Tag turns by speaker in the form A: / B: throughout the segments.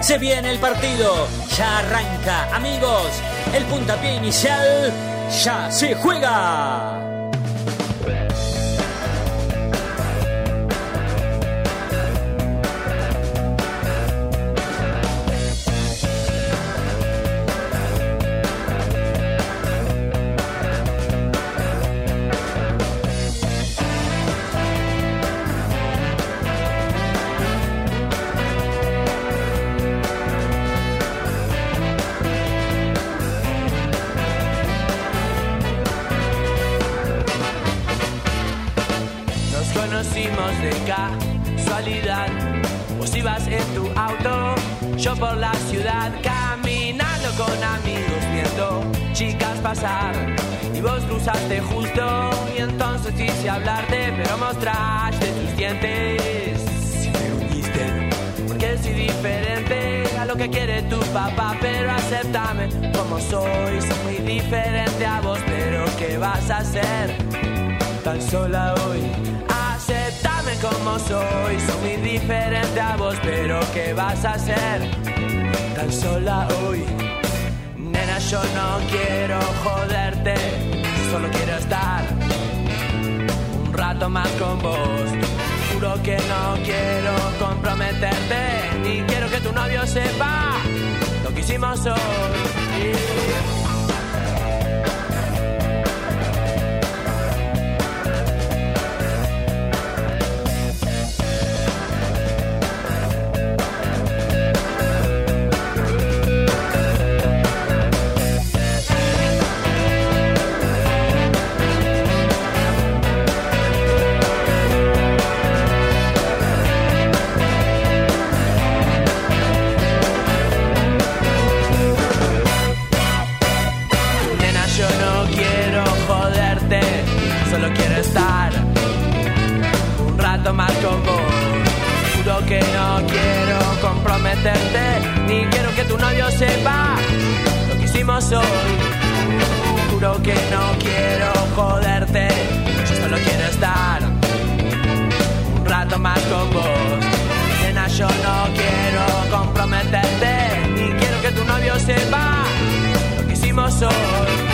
A: Se viene el partido. Ya arranca, amigos. El puntapié inicial ya se juega.
B: conocimos de casualidad. Vos ibas en tu auto, yo por la ciudad, caminando con amigos, viendo chicas pasar. Y vos cruzaste justo, y entonces quise hablarte, pero mostraste tus dientes. Si me uniste, porque soy diferente a lo que quiere tu papá, pero acéptame como soy. Soy muy diferente a vos, pero ¿qué vas a hacer? Tan sola hoy aceptame como soy. Soy muy diferente a vos, pero ¿qué vas a hacer? Tan sola hoy. Nena, yo no quiero joderte, solo quiero estar un rato más con vos. Juro que no quiero comprometerte, ni quiero que tu novio sepa lo que hicimos hoy. Y... ni quiero que tu novio sepa lo que hicimos hoy. Juro que no quiero joderte, yo solo quiero estar un rato más con vos. Nena, yo no quiero comprometerte, ni quiero que tu novio sepa lo que hicimos hoy.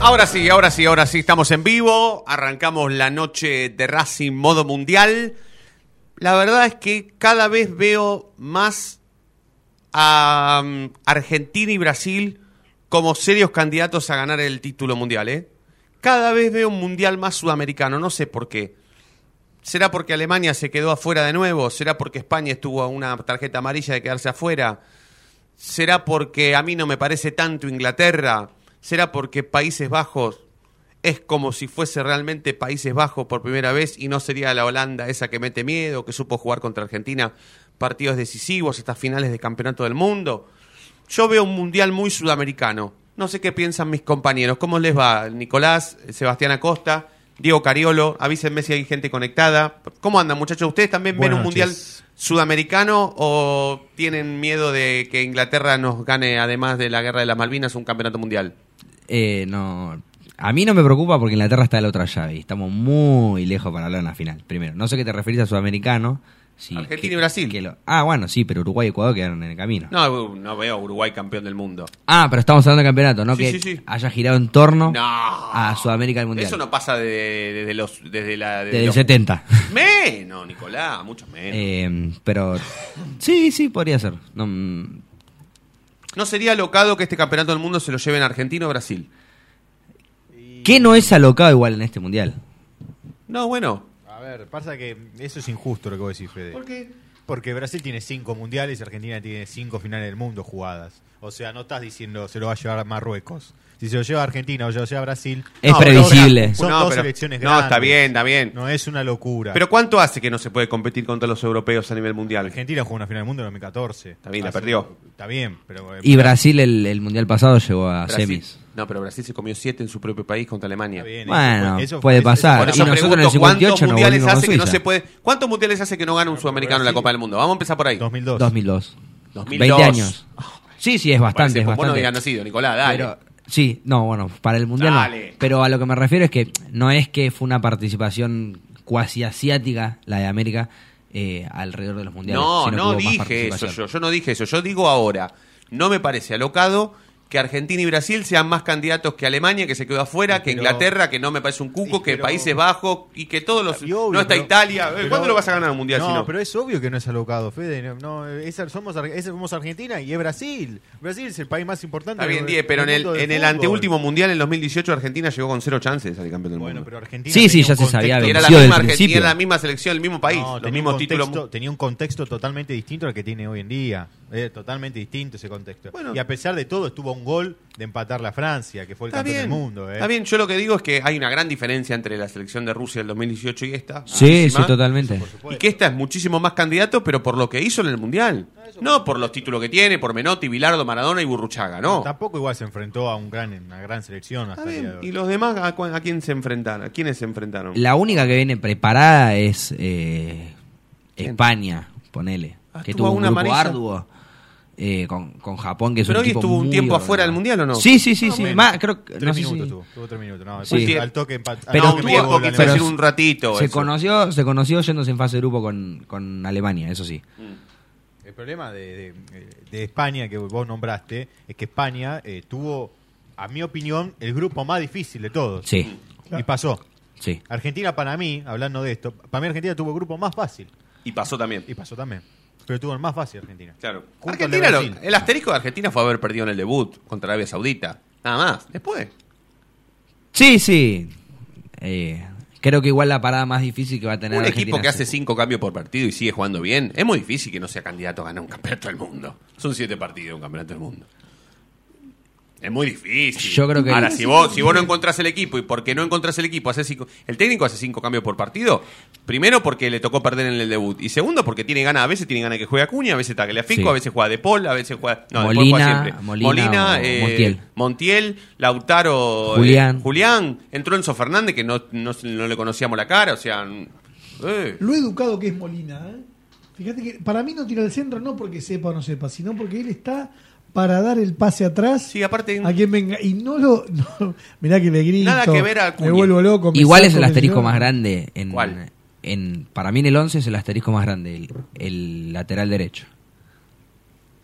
C: Ahora sí, ahora sí, ahora sí, estamos en vivo, arrancamos la noche de Racing modo mundial. La verdad es que cada vez veo más a um, Argentina y Brasil como serios candidatos a ganar el título mundial, ¿eh? Cada vez veo un mundial más sudamericano, no sé por qué. ¿Será porque Alemania se quedó afuera de nuevo? ¿Será porque España estuvo a una tarjeta amarilla de quedarse afuera? ¿Será porque a mí no me parece tanto Inglaterra? ¿Será porque Países Bajos es como si fuese realmente Países Bajos por primera vez y no sería la Holanda esa que mete miedo, que supo jugar contra Argentina partidos decisivos, estas finales de campeonato del mundo? Yo veo un mundial muy sudamericano. No sé qué piensan mis compañeros. ¿Cómo les va, Nicolás, Sebastián Acosta Diego Cariolo, avísenme si hay gente conectada. ¿Cómo andan, muchachos? ¿Ustedes también ven
D: Buenas
C: un mundial
D: noches.
C: sudamericano o tienen miedo de que Inglaterra nos gane, además de la guerra de las Malvinas, un campeonato mundial?
D: Eh, no. A mí no me preocupa porque Inglaterra está de la otra llave y estamos muy lejos para hablar en la final. Primero, no sé qué te referís a sudamericano. si-
C: Argentina
D: que-
C: y Brasil.
D: que lo- ah, bueno, sí, pero Uruguay y Ecuador quedaron en el camino.
C: No, uh, no veo a Uruguay campeón del mundo.
D: Ah, pero estamos hablando de campeonato, ¿no?
C: Sí,
D: que
C: sí, sí.
D: haya girado en torno
C: No.
D: a Sudamérica del Mundial.
C: Eso no pasa de- desde los desde la desde
D: Desde el
C: los-
D: 70.
C: Menos, Nicolás, mucho menos.
D: Eh, pero sí, sí, podría ser. No, mm,
C: ¿No sería locado que este campeonato del mundo se lo lleven a Argentina o Brasil?
D: ¿Qué no es alocado igual en este mundial?
C: No, bueno.
E: A ver, pasa que eso es injusto lo que vos decís, Fede.
C: ¿Por qué?
E: Porque Brasil tiene cinco mundiales y Argentina tiene cinco finales del mundo jugadas. O sea, no estás diciendo se lo va a llevar a Marruecos. Si se lo lleva a Argentina o se lo lleva a Brasil.
D: Es
C: No,
D: previsible.
C: pero-
E: Son
C: No,
E: dos
C: pero-
E: selecciones
C: no,
E: grandes.
C: está bien, está bien.
E: No es una locura.
C: Pero ¿cuánto hace que no se puede competir contra los europeos a nivel mundial?
E: Argentina jugó una final del mundo en 2014.
C: Está bien, la
E: Hace-
C: perdió.
E: Está bien, pero. eh,
D: Y Brasil el, el mundial pasado llegó a
C: Brasil.
D: semis.
C: No, pero Brasil se comió siete en su propio país contra Alemania.
E: está bien,
D: Bueno,
E: eso fue-
D: puede
E: eso-
D: pasar.
C: Por
D: Claro,
C: eso
D: y nosotros en el
C: pregunto,
D: 58
C: ¿cuántos
D: nos
C: mundiales
D: volvimos con
C: hace que no
D: Suiza?
C: se puede, ¿cuántos mundiales hace que no gana un sudamericano en la
E: Brasil-
C: Copa del Mundo? Vamos a empezar por ahí.
E: 2002.
D: 2002.
C: 2002.
D: 20 años. Sí, sí, es bastante.
C: Oh, Parece,
D: es
C: vos no
D: bastante.
C: habías nacido, Nicolás, dale.
D: Pero- sí, no, bueno, para el mundial. no.
C: Dale.
D: Pero a lo que me refiero es que no es que fue una participación cuasi asiática la de América eh, alrededor de los mundiales.
C: No,
D: sino que
C: no
D: hubo más
C: dije eso
D: participación.
C: yo. Yo no dije eso. Yo digo ahora, no me parece alocado que Argentina y Brasil sean más candidatos que Alemania, que se quedó afuera, que
E: Pero-
C: Inglaterra, que no me parece un cuco,
E: Sí,
C: que
E: pero-
C: Países Bajos y que todos los...
E: Y obvio,
C: no está
E: pero-
C: Italia. Eh,
E: pero-
C: ¿Cuándo lo vas a ganar un mundial?
E: No,
C: si no?
E: pero es obvio que no es alocado, Fede. No, no, es- somos, Ar- es- somos Argentina y es Brasil. Brasil es el país más importante.
C: Está bien,
E: del-
C: 10, pero en
E: del
C: el,
E: mundo del
C: en el
E: fútbol.
C: anteúltimo mundial, en 2018, Argentina llegó con cero chances de salir campeón del
E: Bueno,
C: mundo.
E: pero Argentina.
D: Sí, sí,
E: tenía
D: ya
E: un
D: se sabía,
E: contexto-
C: Y
D: pero
C: era la,
D: sí, del
C: misma Argentina,
D: principio.
C: era la misma selección, el mismo país,
E: No,
C: los
E: tenía,
C: mismos
E: un
C: títulos.
E: contexto, tenía un contexto totalmente distinto al que tiene hoy en día. Eh, totalmente distinto ese contexto.
C: Bueno.
E: y a pesar de todo, estuvo a un gol de empatar la Francia, que fue el
C: Está
E: campeón
C: bien,
E: del mundo. eh.
C: está bien. Yo lo que digo es que hay una gran diferencia entre la selección de Rusia del 2018 y esta.
D: Sí, sí,
C: Muchísima.
D: totalmente.
C: Y que esta es muchísimo más candidato, pero por lo que hizo en el Mundial. No por los títulos que tiene, por Menotti, Bilardo, Maradona y Burruchaga, no.
E: Tampoco igual se enfrentó a un gran, una gran selección. Hasta el
C: Está
E: día
C: bien.
E: de hoy.
C: ¿Y los demás a, cu- a quién se enfrentaron? ¿A quiénes se enfrentaron?
D: La única que viene preparada es eh, España, ponele.
C: Ah,
D: Que
C: estuvo
D: tuvo un
C: una
D: grupo
C: amarilla.
D: arduo eh, con, con Japón, que es
C: Pero
D: un
C: hoy
D: equipo
C: estuvo un
D: muy
C: tiempo afuera del
D: ordenado.
C: Mundial, ¿o no? Ah,
D: Sí, sí, sí, sí.
E: menos.
D: Más, creo que-
E: Tres
D: no sé
E: minutos
D: si-
E: tuvo, tuvo tres minutos. No,
D: Sí.
E: después al toque empat-
D: Pero
E: al
C: no,
E: toque
D: estuvo-
E: metió
C: viejo,
E: gol
C: que
D: pero-
C: iba a
E: Alemania.
C: ser un ratito.
D: Se
C: eso.
D: conoció, se conoció yéndose en fase de grupo con, con Alemania, eso sí.
E: Mm. El problema de, de- de España que vos nombraste es que España eh, tuvo, a mi opinión, el grupo más difícil de todos.
D: Sí,
E: Y pasó.
D: sí.
E: Argentina, para mí, hablando de esto, para mí Argentina tuvo el grupo más fácil.
C: Y pasó también.
E: Y pasó también. Pero tuvo el más fácil Argentina.
C: Claro.
E: Junto al de
C: Argentina lo-
E: Brasil.
C: el asterisco de Argentina fue haber perdido en el debut contra Arabia Saudita. Nada más. Después.
D: Sí, sí. Eh, creo que igual la parada más difícil que va a tener
C: Un
D: Argentina
C: equipo que
D: es-
C: hace cinco cambios por partido y sigue jugando bien, es muy difícil que no sea candidato a ganar un campeonato del mundo. Son siete partidos un campeonato del mundo. Es muy difícil.
D: Yo creo que-
C: Ahora, si vos, si vos no encontrás el equipo y porque no encontrás el equipo, hace cinco, el técnico hace cinco cambios por partido. Primero porque le tocó perder en el debut. Y segundo porque tiene ganas, a veces tiene ganas que juegue Acuña, a veces Tagliafico,
D: Sí.
C: a veces juega De Paul, a veces juega... No, De Paul
D: Molina,
C: juega siempre.
D: Molina o
C: eh,
D: Montiel.
C: Montiel, Lautaro, eh,
D: Julián.
C: Julián, entró Enzo Fernández, que no, no, no le conocíamos la cara, o sea... n- eh.
F: Lo educado que es Molina, ¿eh? Fíjate que para mí no tira al centro no porque sepa o no sepa, sino porque él está para dar el pase atrás
C: Sí, aparte,
F: a quien venga. Y no lo. no, mirá que le grito.
C: Nada que ver a Acuña.
F: Me vuelvo loco. me
D: Igual
F: saco,
D: es el
F: me
D: asterisco
F: lloro.
D: más grande. En,
C: ¿Cuál?
D: En, para mí en el 11 es el asterisco más grande, el, el lateral derecho.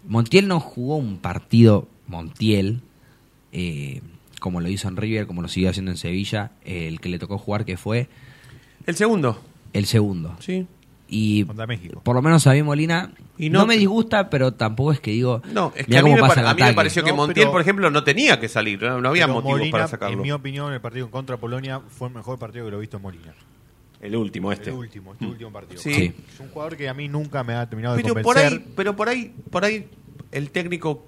D: Montiel no jugó un partido Montiel eh, como lo hizo en River, como lo siguió haciendo en Sevilla, el que le tocó jugar que fue
C: el segundo.
D: el segundo.
C: Sí.
D: Y
E: Contra México.
D: por lo menos a mí Molina
C: Y
D: no,
C: no-
D: me disgusta, pero tampoco es que digo,
C: No, es que
D: "Mirá
C: a mí,
D: cómo
C: me,
D: pasa
C: pare-
D: el
C: a mí me
D: ataque".
C: pareció que
E: No,
C: Montiel,
E: pero-
C: por ejemplo, no tenía que salir, no, no había
E: Pero
C: motivos
E: Molina,
C: para
E: En
C: sacarlo.
E: mi opinión, el partido en contra de Polonia fue el mejor partido que lo he visto en Molina.
C: El último, este.
E: El último, este último partido.
C: Sí.
D: Mm. Sí.
E: Es un jugador que a mí nunca me ha terminado de
C: Pero
E: convencer.
C: por ahí, pero por ahí, por ahí el técnico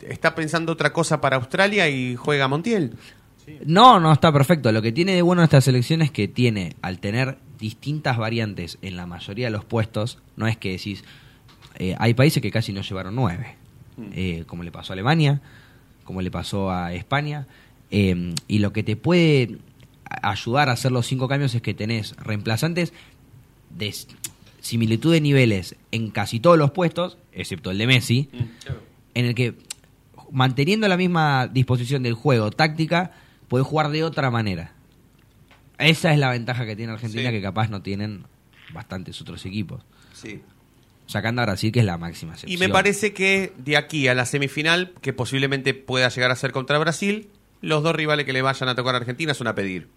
C: está pensando otra cosa para Australia y juega a Montiel.
D: No, no está perfecto. Lo que tiene de bueno esta selección es que tiene, al tener distintas variantes en la mayoría de los puestos, no es que decís, eh, hay países que casi no llevaron nueve, Eh, como le pasó a Em, Alemania, como le pasó a España, eh, y lo que te puede a- ayudar a hacer los cinco cambios es que tenés reemplazantes de s- similitud de niveles en casi todos los puestos, excepto el de Messi, en el que manteniendo la misma disposición del juego, táctica, podés jugar de otra manera. Esa es la ventaja que tiene Argentina
C: Sí.
D: que capaz no tienen bastantes otros equipos.
C: Sí.
D: Sacando a Brasil que es la máxima
C: Y
D: excepción.
C: me parece que de aquí a la semifinal, que posiblemente pueda llegar a ser contra Brasil, los dos rivales que le vayan a tocar a Argentina son a pedir.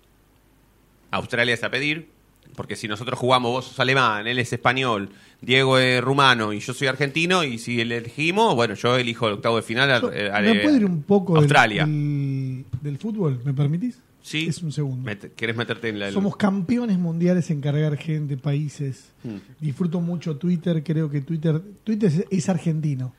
C: Australia es a pedir, porque si nosotros jugamos, vos sos alemán, él es español, Diego es rumano y yo soy argentino, y si elegimos, bueno, yo elijo el octavo de final al-
F: Yo-
C: eh, al-
F: ¿Me puedo ir un poco del-
C: Australia.
F: Del, del fútbol? ¿Me permitís?
C: Sí.
F: Es un segundo.
C: Mete- ¿Querés meterte en la...
F: Somos campeones mundiales en cargar gente, países.
C: Mm.
F: Disfruto mucho Twitter, creo que Twitter Twitter es, es argentino.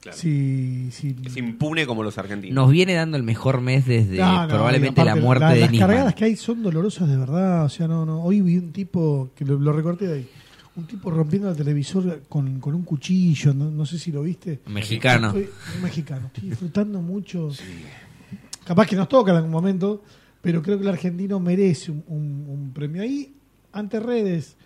C: Claro.
F: Sí, sí.
C: Es impune como los argentinos.
D: Nos viene dando el mejor mes desde
F: No, no,
D: probablemente
F: y
D: la
F: aparte,
D: muerte
F: la-
D: de
F: Las
D: Nisman.
F: cargadas que hay son dolorosas de verdad. O sea, no, no. Hoy vi un tipo, que lo, lo recorté de ahí, un tipo rompiendo el televisor con, con un cuchillo, no, no sé si lo viste.
D: Mexicano.
F: Estoy, un mexicano, estoy disfrutando mucho. Capaz que nos toca en algún momento, pero creo que el argentino merece un, un- un premio ahí ante redes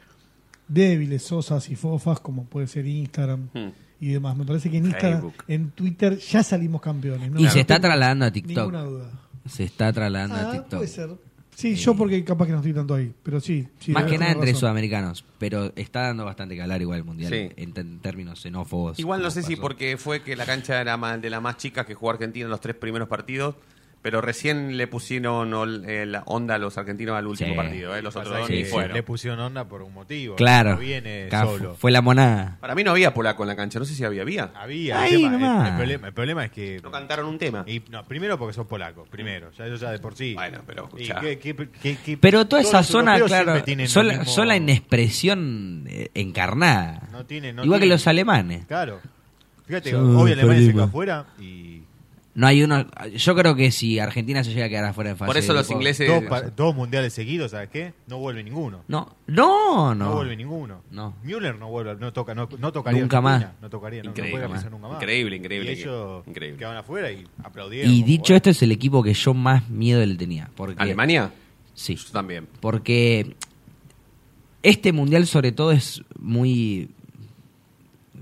F: débiles, sosas y fofas, como puede ser Instagram
C: Hmm.
F: y demás. Me parece que en Instagram,
C: Facebook.
F: en Twitter ya salimos campeones. ¿no?
D: Y
F: No
D: se está
F: tengo
D: trasladando a
F: Ninguna
D: TikTok.
F: duda.
D: Se está trasladando a
F: Ah,
D: TikTok.
F: puede ser. Sí, yo porque capaz que no estoy tanto ahí, pero sí. sí,
D: Eh. Más
F: tenés
D: que nada entre
F: razón.
D: sudamericanos, pero está dando bastante que hablar igual el mundial
C: Sí.
D: en, en términos xenófobos.
C: Igual no
D: como
C: sé si
D: pasó.
C: porque fue que la cancha era ma- de la más chica que jugó Argentina en los tres primeros partidos, pero recién le pusieron ol- eh, la onda a los argentinos al último
D: Sí.
C: partido, eh, los
E: Pasa
C: otros dos
E: que
C: ni
D: sí.
C: fueron.
E: Le pusieron onda por un motivo.
D: Claro.
E: No viene
D: Acá
E: solo.
D: fu- Fue la monada.
C: Para mí no había polaco en la cancha, no sé si había, había.
E: Había.
D: Ahí
E: el, tema,
D: nomás.
E: el- el problema, el problema es que.
C: No cantaron un tema.
E: y, no, primero porque son polacos, primero. Ya, eso ya de por sí.
C: Bueno, pero
E: Y
C: escuchá.
E: qué- qué- qué- qué-
D: Pero toda
E: todos
D: esa
E: los
D: zona,
E: europeos
D: claro,
E: siempre tienen lo
D: sola,
E: mismo-
D: sola en expresión eh, encarnada.
E: No tiene- no
D: igual que
E: tiene.
D: los alemanes.
E: Claro. Fíjate,
D: Son
E: hoy Alemania se quedó
D: problemas.
E: afuera y
D: No hay uno. Yo creo que si Argentina se llega a quedar afuera en fase
C: Por eso
D: de
C: los
D: grupo-
C: ingleses...
E: dos, pa- dos mundiales seguidos, ¿sabes qué? No vuelve ninguno.
D: No, no,
E: No,
D: no.
E: vuelve ninguno.
D: No.
E: Müller no vuelve, no toca, no, no tocaría.
D: Nunca
E: Argentina,
D: más.
E: No tocaría, no, no
C: Increíble,
E: puede
D: más.
E: pasar nunca más.
C: Increíble, increíble,
E: Y ellos
C: increíble.
E: quedaban afuera y aplaudieron.
D: y
E: como,
D: dicho
E: bueno.
D: esto, es el equipo que yo más miedo le tenía. Porque,
C: ¿Alemania?
D: Sí.
C: Yo también.
D: Porque este mundial sobre todo es muy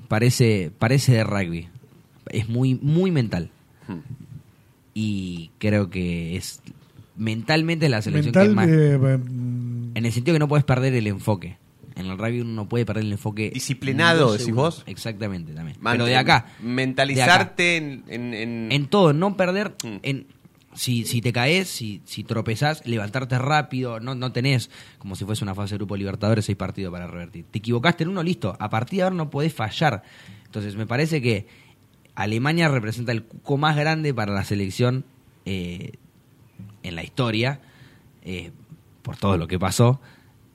D: parece parece de rugby. Es muy muy mental.
C: Hmm.
D: Y creo que es mentalmente la selección que
F: Mental,
D: más
F: eh, mm,
D: en el sentido que no puedes perder el enfoque. En el rugby uno no puede perder el enfoque.
C: Disciplinado,
D: ni un
C: decís
D: segundo.
C: vos.
D: Exactamente, también.
C: Man-
D: Pero de acá. de acá
C: Mentalizarte en... en- en-
D: en todo, no perder
C: Mm.
D: en si, si te caes, si, si tropezás, levantarte rápido, no, no tenés como si fuese una fase de grupo Libertadores seis partidos para revertir. Te equivocaste en uno, listo. A partir de ahora no podés fallar. Entonces me parece que Alemania representa el cuco más grande para la selección eh, en la historia, eh, por todo lo que pasó.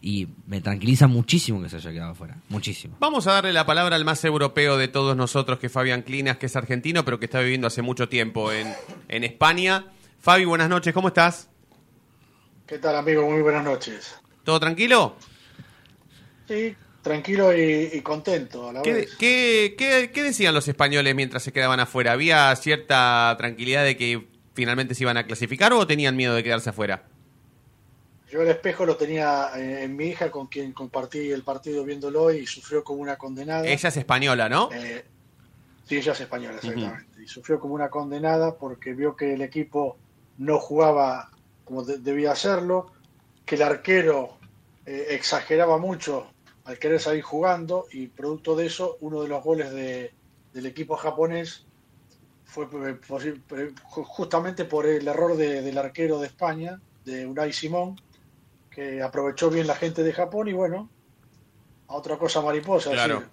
D: Y me tranquiliza muchísimo que se haya quedado fuera. Muchísimo.
C: Vamos a darle la palabra al más europeo de todos nosotros, que es Fabián Clinas, que es argentino, pero que está viviendo hace mucho tiempo en, en España. Fabi, buenas noches, ¿cómo estás?
G: ¿Qué tal, amigo? Muy buenas noches.
C: ¿Todo tranquilo?
G: Sí, tranquilo y, y contento a la
C: ¿Qué,
G: vez.
C: qué- qué- qué decían los españoles mientras se quedaban afuera? ¿Había cierta tranquilidad de que finalmente se iban a clasificar o tenían miedo de quedarse afuera?
G: Yo el espejo lo tenía eh, en mi hija, con quien compartí el partido viéndolo y sufrió como una condenada.
C: Ella es española, ¿no?
G: Eh, sí, ella es española, exactamente. Y sufrió como una condenada porque vio que el equipo no jugaba como de- debía hacerlo, que el arquero eh, exageraba mucho al querer salir jugando y producto de eso, uno de los goles de- del equipo japonés fue eh, posi- pre- ju- justamente por el error de- del arquero de España, de Unai Simón, que aprovechó bien la gente de Japón y bueno, a otra cosa mariposa. es
C: Claro.
G: decir,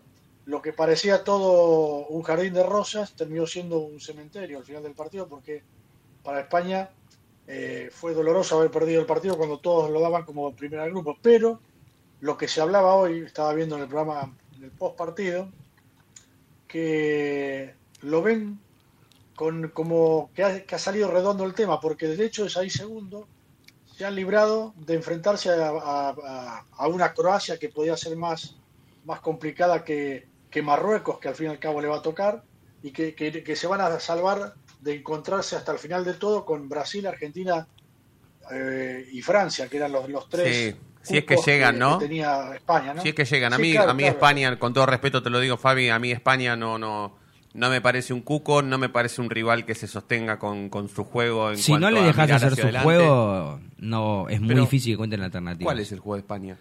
G: lo que parecía todo un jardín de rosas terminó siendo un cementerio al final del partido porque para España eh, fue doloroso haber perdido el partido cuando todos lo daban como primera del grupo, pero lo que se hablaba hoy, estaba viendo en el programa en el post partido, que lo ven con, como que ha, que ha salido redondo el tema, porque de hecho es ahí segundo, se han librado de enfrentarse a, a- a- a una Croacia que podía ser más, más complicada que, que Marruecos, que al fin y al cabo le va a tocar, y que, que- que se van a salvar de encontrarse hasta el final de todo con Brasil, Argentina, eh, y Francia, que eran los, los tres.
C: Sí, si es que
G: cupos
C: llegan, ¿no?
G: que tenía España, ¿no?
C: Si es que llegan, a
G: Sí,
C: mí,
G: claro,
C: a mí
G: claro.
C: España, con todo respeto te lo digo, Fabi, a mí España no, no, no me parece un cuco, no me parece un rival que se sostenga con, con su juego. En
D: Si
C: cuanto
D: no le
C: a
D: dejas
C: mirar
D: hacer su
C: hacia adelante.
D: juego, no es muy
C: Pero,
D: difícil que cuenten alternativas.
C: ¿Cuál es el juego de España?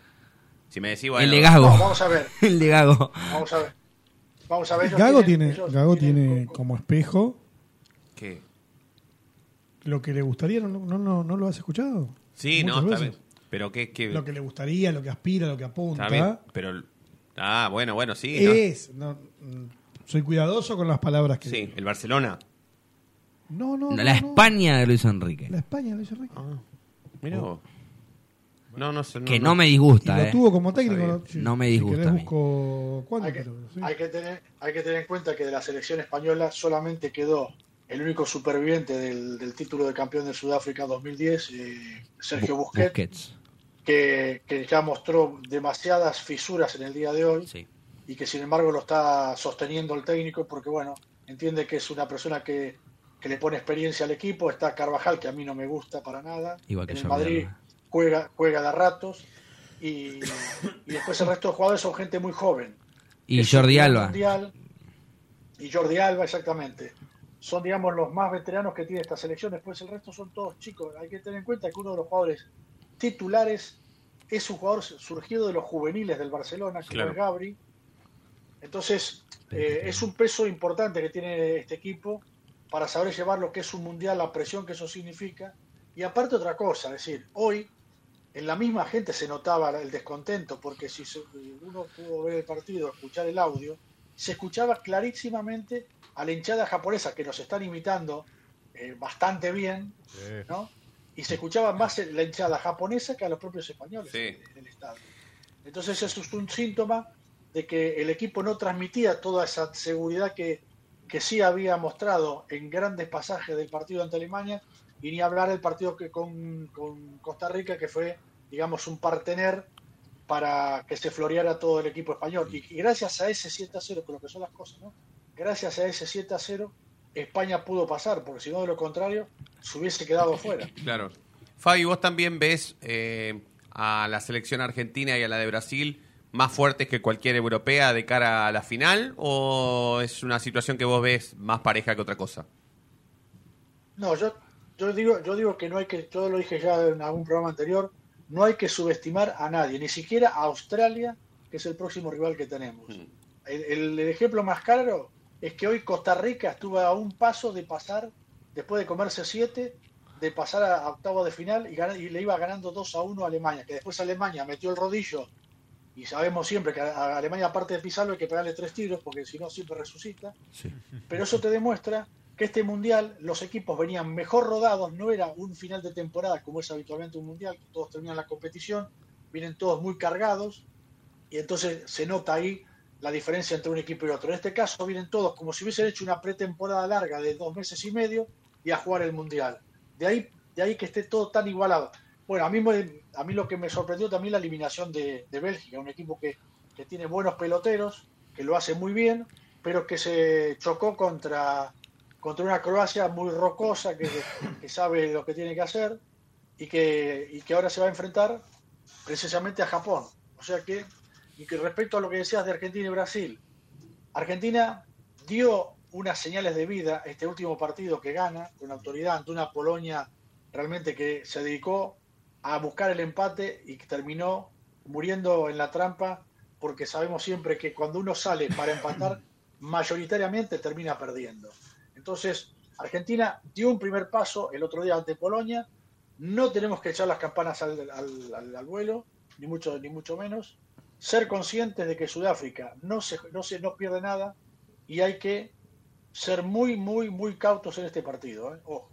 C: Si me decís, bueno,
D: El de Gago.
G: No, vamos a ver.
D: el de Gago.
G: Vamos a ver. Vamos a ver. ellos
F: Gago
G: tienen-
F: tiene,
G: ellos
F: Gago
G: tienen
F: tiene
G: co-
F: como espejo
C: ¿qué?
F: lo que le gustaría, ¿no, no, no, no lo has escuchado?
C: Sí,
F: Muchas
C: no, está
F: veces.
C: bien. Pero qué, qué-
F: Lo que le gustaría, lo que aspira, lo que
C: está bien,
F: apunta.
C: pero ah, bueno, bueno, sí, ¿no?
F: Es. no, mm, soy cuidadoso con las palabras que.
C: sí,
F: digo.
C: el Barcelona.
F: No, no.
D: No,
F: no,
D: la
F: no.
D: España de Luis Enrique.
F: La España, Luis Enrique.
C: Ah. Mira, vos. Oh. no, no sé,
D: que no, me
F: Y
D: disgusta,
F: lo
D: eh.
F: tuvo como técnico.
C: sabía.
F: si-
D: No me
F: si
D: disgusta
F: querés
D: a mí.
F: busco cuándo,
G: Hay que,
F: pero, sí.
G: hay que tener, hay que tener en cuenta que de la selección española solamente quedó el único superviviente del, del título de campeón de Sudáfrica 2010, eh, Sergio
D: Bu-
G: Busquets,
D: Busquets.
G: Que, que ya mostró demasiadas fisuras en el día de hoy
D: Sí.
G: y que sin embargo lo está sosteniendo el técnico porque bueno, entiende que es una persona que, que le pone experiencia al equipo, está Carvajal que a mí no me gusta para nada,
D: Igual que
G: en el
D: yo,
G: Madrid
D: mierda.
G: juega, juega de a ratos y, y después el resto de jugadores son gente muy joven.
D: Y
G: que
D: Jordi
G: sufrieron el
D: Alba.
G: Mundial, y Jordi Alba, exactamente. Son, digamos, los más veteranos que tiene esta selección. Después el resto son todos chicos. Hay que tener en cuenta que uno de los jugadores titulares es un jugador surgido de los juveniles del Barcelona, que
C: Claro.
G: es Gabri. Entonces, eh, es un peso importante que tiene este equipo para saber llevar lo que es un mundial, la presión que eso significa. Y aparte otra cosa, es decir, hoy en la misma gente se notaba el descontento, porque si se- uno pudo ver el partido, escuchar el audio, se escuchaba clarísimamente a la hinchada japonesa que nos están imitando eh, bastante bien,
E: Sí.
G: ¿no? Y se escuchaba más la hinchada japonesa que a los propios españoles
C: Sí.
G: en el estadio. Entonces eso es un síntoma de que el equipo no transmitía toda esa seguridad que, que sí había mostrado en grandes pasajes del partido ante Alemania y ni hablar del partido que con, con Costa Rica que fue, digamos, un partener para que se floreara todo el equipo español. Y gracias a ese 7 a 0, con lo que son las cosas, ¿no? Gracias a ese 7 a 0, España pudo pasar, porque si no, de lo contrario, se hubiese quedado fuera.
C: Claro. Fabi, vos también ves eh, a la selección argentina y a la de Brasil más fuertes que cualquier europea de cara a la final o es una situación que vos ves más pareja que otra cosa?
G: No, yo, yo digo, yo digo que no hay que, yo lo dije ya en algún programa anterior, no hay que subestimar a nadie, ni siquiera a Australia, que es el próximo rival que tenemos. El, el- el ejemplo más claro es que hoy Costa Rica estuvo a un paso de pasar, después de comerse siete, de pasar a, a octavo de final y, gana- y le iba ganando 2 a 1 a Alemania, que después Alemania metió el rodillo y sabemos siempre que a, a Alemania aparte de pisarlo hay que pegarle tres tiros porque si no siempre resucita
D: Sí.
G: pero eso te demuestra que este mundial los equipos venían mejor rodados, no era un final de temporada como es habitualmente un mundial, que todos terminan la competición, vienen todos muy cargados y entonces se nota ahí la diferencia entre un equipo y otro. En este caso vienen todos como si hubiesen hecho una pretemporada larga de dos meses y medio y a jugar el mundial. De ahí, de ahí que esté todo tan igualado. Bueno, a mí, me- a mí lo que me sorprendió también la eliminación de, de Bélgica, un equipo que, que tiene buenos peloteros, que lo hace muy bien, pero que se chocó contra, contra una Croacia muy rocosa, que, que sabe lo que tiene que hacer y que, y que ahora se va a enfrentar precisamente a Japón. O sea que, y que respecto a lo que decías de Argentina y Brasil, Argentina dio unas señales de vida este último partido que gana con autoridad ante una Polonia realmente que se dedicó a buscar el empate y que terminó muriendo en la trampa porque sabemos siempre que cuando uno sale para empatar mayoritariamente termina perdiendo. Entonces, Argentina dio un primer paso el otro día ante Polonia. No tenemos que echar las campanas al, al- al- al vuelo, ni mucho, ni mucho menos. Ser conscientes de que Sudáfrica no, se, no, se, no pierde nada y hay que ser muy, muy, muy cautos en este partido. ¿eh? Ojo.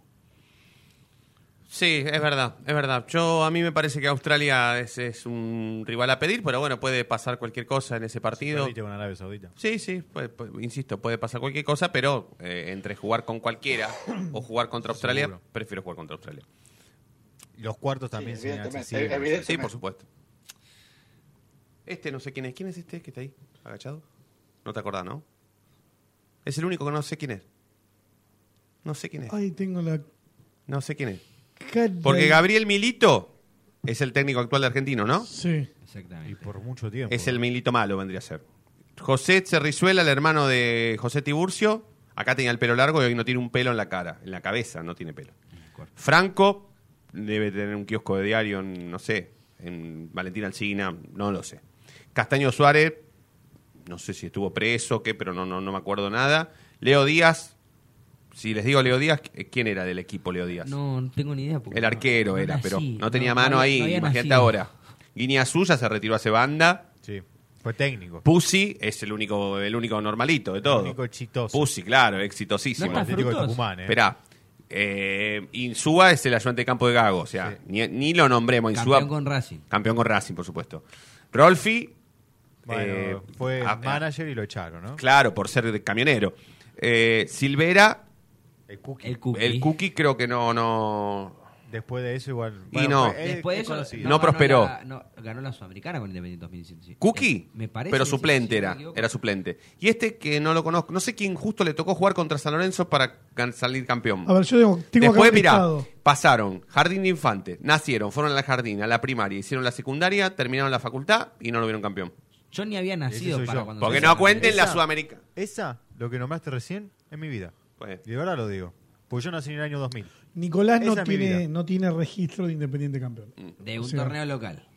C: Sí, es verdad, es verdad. Yo a mí me parece que Australia es, es un rival a pedir, pero bueno, puede pasar cualquier cosa en ese partido.
E: Perdiste con Arabia Saudita.
C: Sí, sí, puede- puede- insisto, puede pasar cualquier cosa, pero eh, entre jugar con cualquiera o jugar contra Australia,
E: Seguro.
C: prefiero jugar contra Australia.
E: Los cuartos también
G: Sí,
E: se
G: evidentemente,
E: inaccesibles.
G: evidente-
C: Sí, por supuesto. Este no sé quién es. ¿Quién es este que está ahí? ¿Agachado? No te acordás, ¿no? Es el único que no sé quién es. No sé quién es.
F: Ahí tengo la.
C: No sé quién es.
F: cantidad-
C: Porque Gabriel Milito es el técnico actual de argentino, ¿no?
F: Sí.
E: Y
D: Exactamente.
E: por mucho tiempo.
C: Es el Milito malo, vendría a ser. José Cerrizuela, el hermano de José Tiburcio, acá tenía el pelo largo y hoy no tiene un pelo en la cara, en la cabeza no tiene pelo. Franco debe tener un kiosco de diario, en, no sé, en Valentín Alcina, no lo sé. Castaño Suárez, no sé si estuvo preso o qué, pero no, no, no me acuerdo nada. Leo Díaz, si les digo Leo Díaz, ¿quién era del equipo Leo Díaz?
D: No, no tengo ni idea. porque
C: El
D: no-
C: arquero
D: no
C: era,
D: nací,
C: pero no tenía mano
D: había-
C: ahí,
D: no había
C: imagínate
D: nacido.
C: ahora. Guinea Suya se retiró hace banda.
E: Sí, fue técnico.
C: Pussy es el único, el único normalito de todo.
E: único exitoso.
C: Pussy, claro,
D: No
C: exitosísimo.
E: Como
D: está
E: Atlético de
D: Frutos.
E: Tucumán, ¿eh?
C: Esperá. Eh, Insúa es el ayudante de campo de Gago, o sea,
E: Sí.
C: ni, ni lo nombremos. Insúa,
D: Campeón con Racing.
C: campeón con Racing, por supuesto. Rolfi,
E: Bueno,
C: eh,
E: fue
D: Ah,
C: a-
E: manager y lo echaron, ¿no?
C: claro, por ser de camionero. Eh, Silvera,
E: El Cookie.
D: El Cookie.
C: el Cookie creo que no, no,
E: Después de eso igual...
C: Y no. Eh,
E: fue- es-
D: Después de
E: es
D: eso,
E: conocido.
C: No prosperó.
D: la- no, ganó la Sudamericana con Independiente 2017. sí.
C: Cookie,
D: Eh, me parece.
C: pero
D: que sí, si no
C: suplente
D: me
C: era,
D: equivoco.
C: era suplente. Y este que no lo conozco, no sé quién justo le tocó jugar contra San Lorenzo para gan- salir campeón.
F: A ver, yo tengo, tengo
C: Después,
F: acá un
C: mirá,
F: listado.
C: pasaron jardín de infante, nacieron, fueron a la jardín, a la primaria, hicieron la secundaria, terminaron la facultad y no lo vieron campeón.
D: Yo ni había nacido
E: soy
D: para
E: yo.
D: cuando.
C: Porque
D: se
C: no
D: hizo
C: cuenten la
E: Esa-
C: Sudamérica.
E: Esa, lo que nombraste recién, es mi vida.
C: Bueno.
E: Y de verdad lo digo. Porque yo nací en el año 2000.
F: Nicolás no
E: Esa es mi
F: tiene,
E: vida.
F: no tiene registro de Independiente Campeón.
D: De un
F: Sí.
D: torneo local.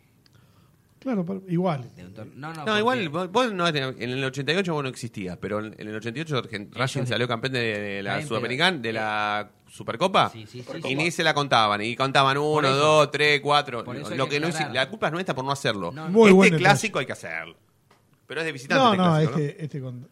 F: Claro, pero igual.
D: De un tor- No, no.
C: No,
D: Ah, porque
C: igual, vos, vos no- en el 88 vos no existías, pero en en el 88 Argen- Racing
D: Ellos-
C: salió campeón de, de la
D: Está bien,
C: Sudamericana,
D: pero-
C: de la Supercopa,
D: Sí, sí, sí,
C: y
D: sí.
C: ni se la contaban, y contaban uno,
D: eso-
C: dos, tres, cuatro.
D: por eso hay
C: Lo
D: que
C: que no hici-
D: aclarar.
C: la culpa es nuestra por no hacerlo.
D: No, no.
F: Muy buen
C: este
F: detalle.
C: clásico hay que hacerlo. Pero es de visitante
F: No,
C: este
F: no,
C: clásico,
F: este, este con-
C: ¿no?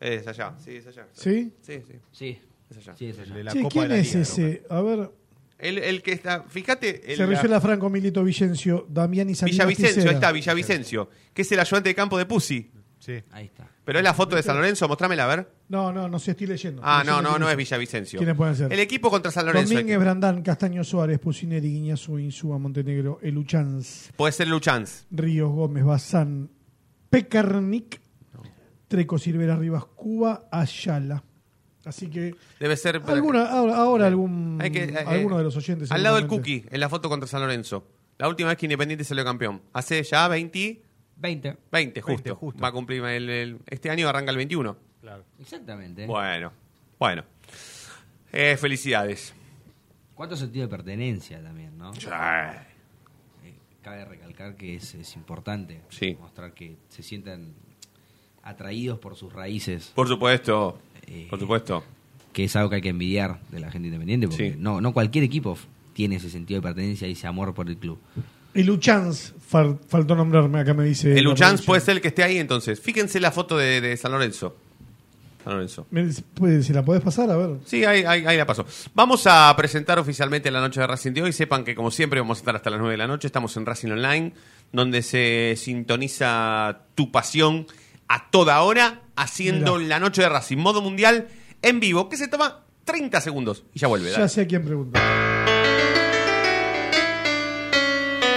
C: Es allá, sí, es allá.
F: ¿Sí?
C: Sí, sí.
D: Sí.
C: Es allá.
D: Sí, es
E: El de
D: allá.
E: la
F: Che,
E: Copa
F: ¿quién
E: de la
F: es
E: Liga,
F: ese? A ver,
C: El, el que está, fíjate, el,
F: se refiere a Franco Milito Vicencio, Damián y Salinas
C: Villavicencio,
F: Tisera.
C: ahí está, Villavicencio, que es el ayudante de campo de Pussy.
E: ¿no? Sí.
D: Ahí está.
C: Pero es la foto de San Lorenzo, mostrámela, a ver.
F: No, no, no sé, estoy leyendo.
C: Ah,
F: Estoy
C: no,
F: leyendo
C: no, no es
F: quiénes-
C: Villavicencio.
F: ¿Quiénes pueden ser?
C: El equipo contra San Lorenzo.
F: Domínguez, Brandán, Castaño Suárez, Pusineri, Guiñazú, Insúa, Montenegro, Eluchanz,
C: Puede ser Luchanz.
F: Ríos, Gómez, Bazán, Pecarnik, Treco, Silvera, Rivas, Cuba, Ayala. Así que
C: Debe ser.
F: alguna, ahora, ahora algún,
C: Hay que- eh,
F: alguno de los oyentes.
C: Al lado del
F: seguramente.
C: Cookie, en la foto contra San Lorenzo. La última vez que Independiente salió campeón. Hace ya 20.
D: 20.
C: 20, justo.
E: 20, justo.
C: Va a cumplir el- el- este año arranca el 21.
D: Exactamente.
C: Bueno, bueno. Eh, felicidades.
D: Cuánto sentido de pertenencia también, ¿no? Eh, Cabe recalcar que es, es importante
C: Sí.
D: mostrar que se sientan atraídos por sus raíces,
C: Por supuesto. Por
D: Eh,
C: supuesto.
D: que es algo que hay que envidiar de la gente independiente, porque
C: Sí.
D: no, no cualquier equipo f- tiene ese sentido de pertenencia y ese amor por el club.
F: Eluchanz, fal- faltó nombrarme, acá me dice.
C: El
F: la
C: Uchans
F: producción.
C: puede ser el que esté ahí entonces. Fíjense la foto de, de San Lorenzo. San Lorenzo.
F: Me- pues, ¿Se la podés pasar? A ver.
C: Sí, ahí, ahí- ahí la pasó. Vamos a presentar oficialmente la noche de Racing de hoy. Sepan que, como siempre, vamos a estar hasta las 9 de la noche. Estamos en Racing Online, donde se sintoniza tu pasión a toda hora, haciendo
F: Mirá.
C: la noche de Racing, modo mundial, en vivo, que se toma 30 segundos y ya vuelve.
F: Ya
C: dale.
F: sé a quién preguntar.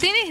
H: ¿Tenés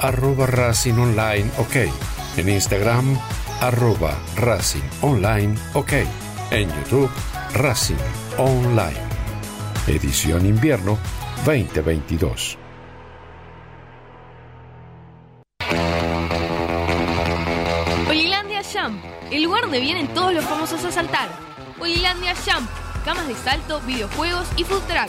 I: arroba Racing Online OK. En Instagram, arroba Racing Online OK. En YouTube, Racing Online. Edición invierno 2022.
H: Hoylandia Jump, el lugar donde vienen todos los famosos a saltar. Hoylandia Jump, camas de salto, videojuegos y food truck.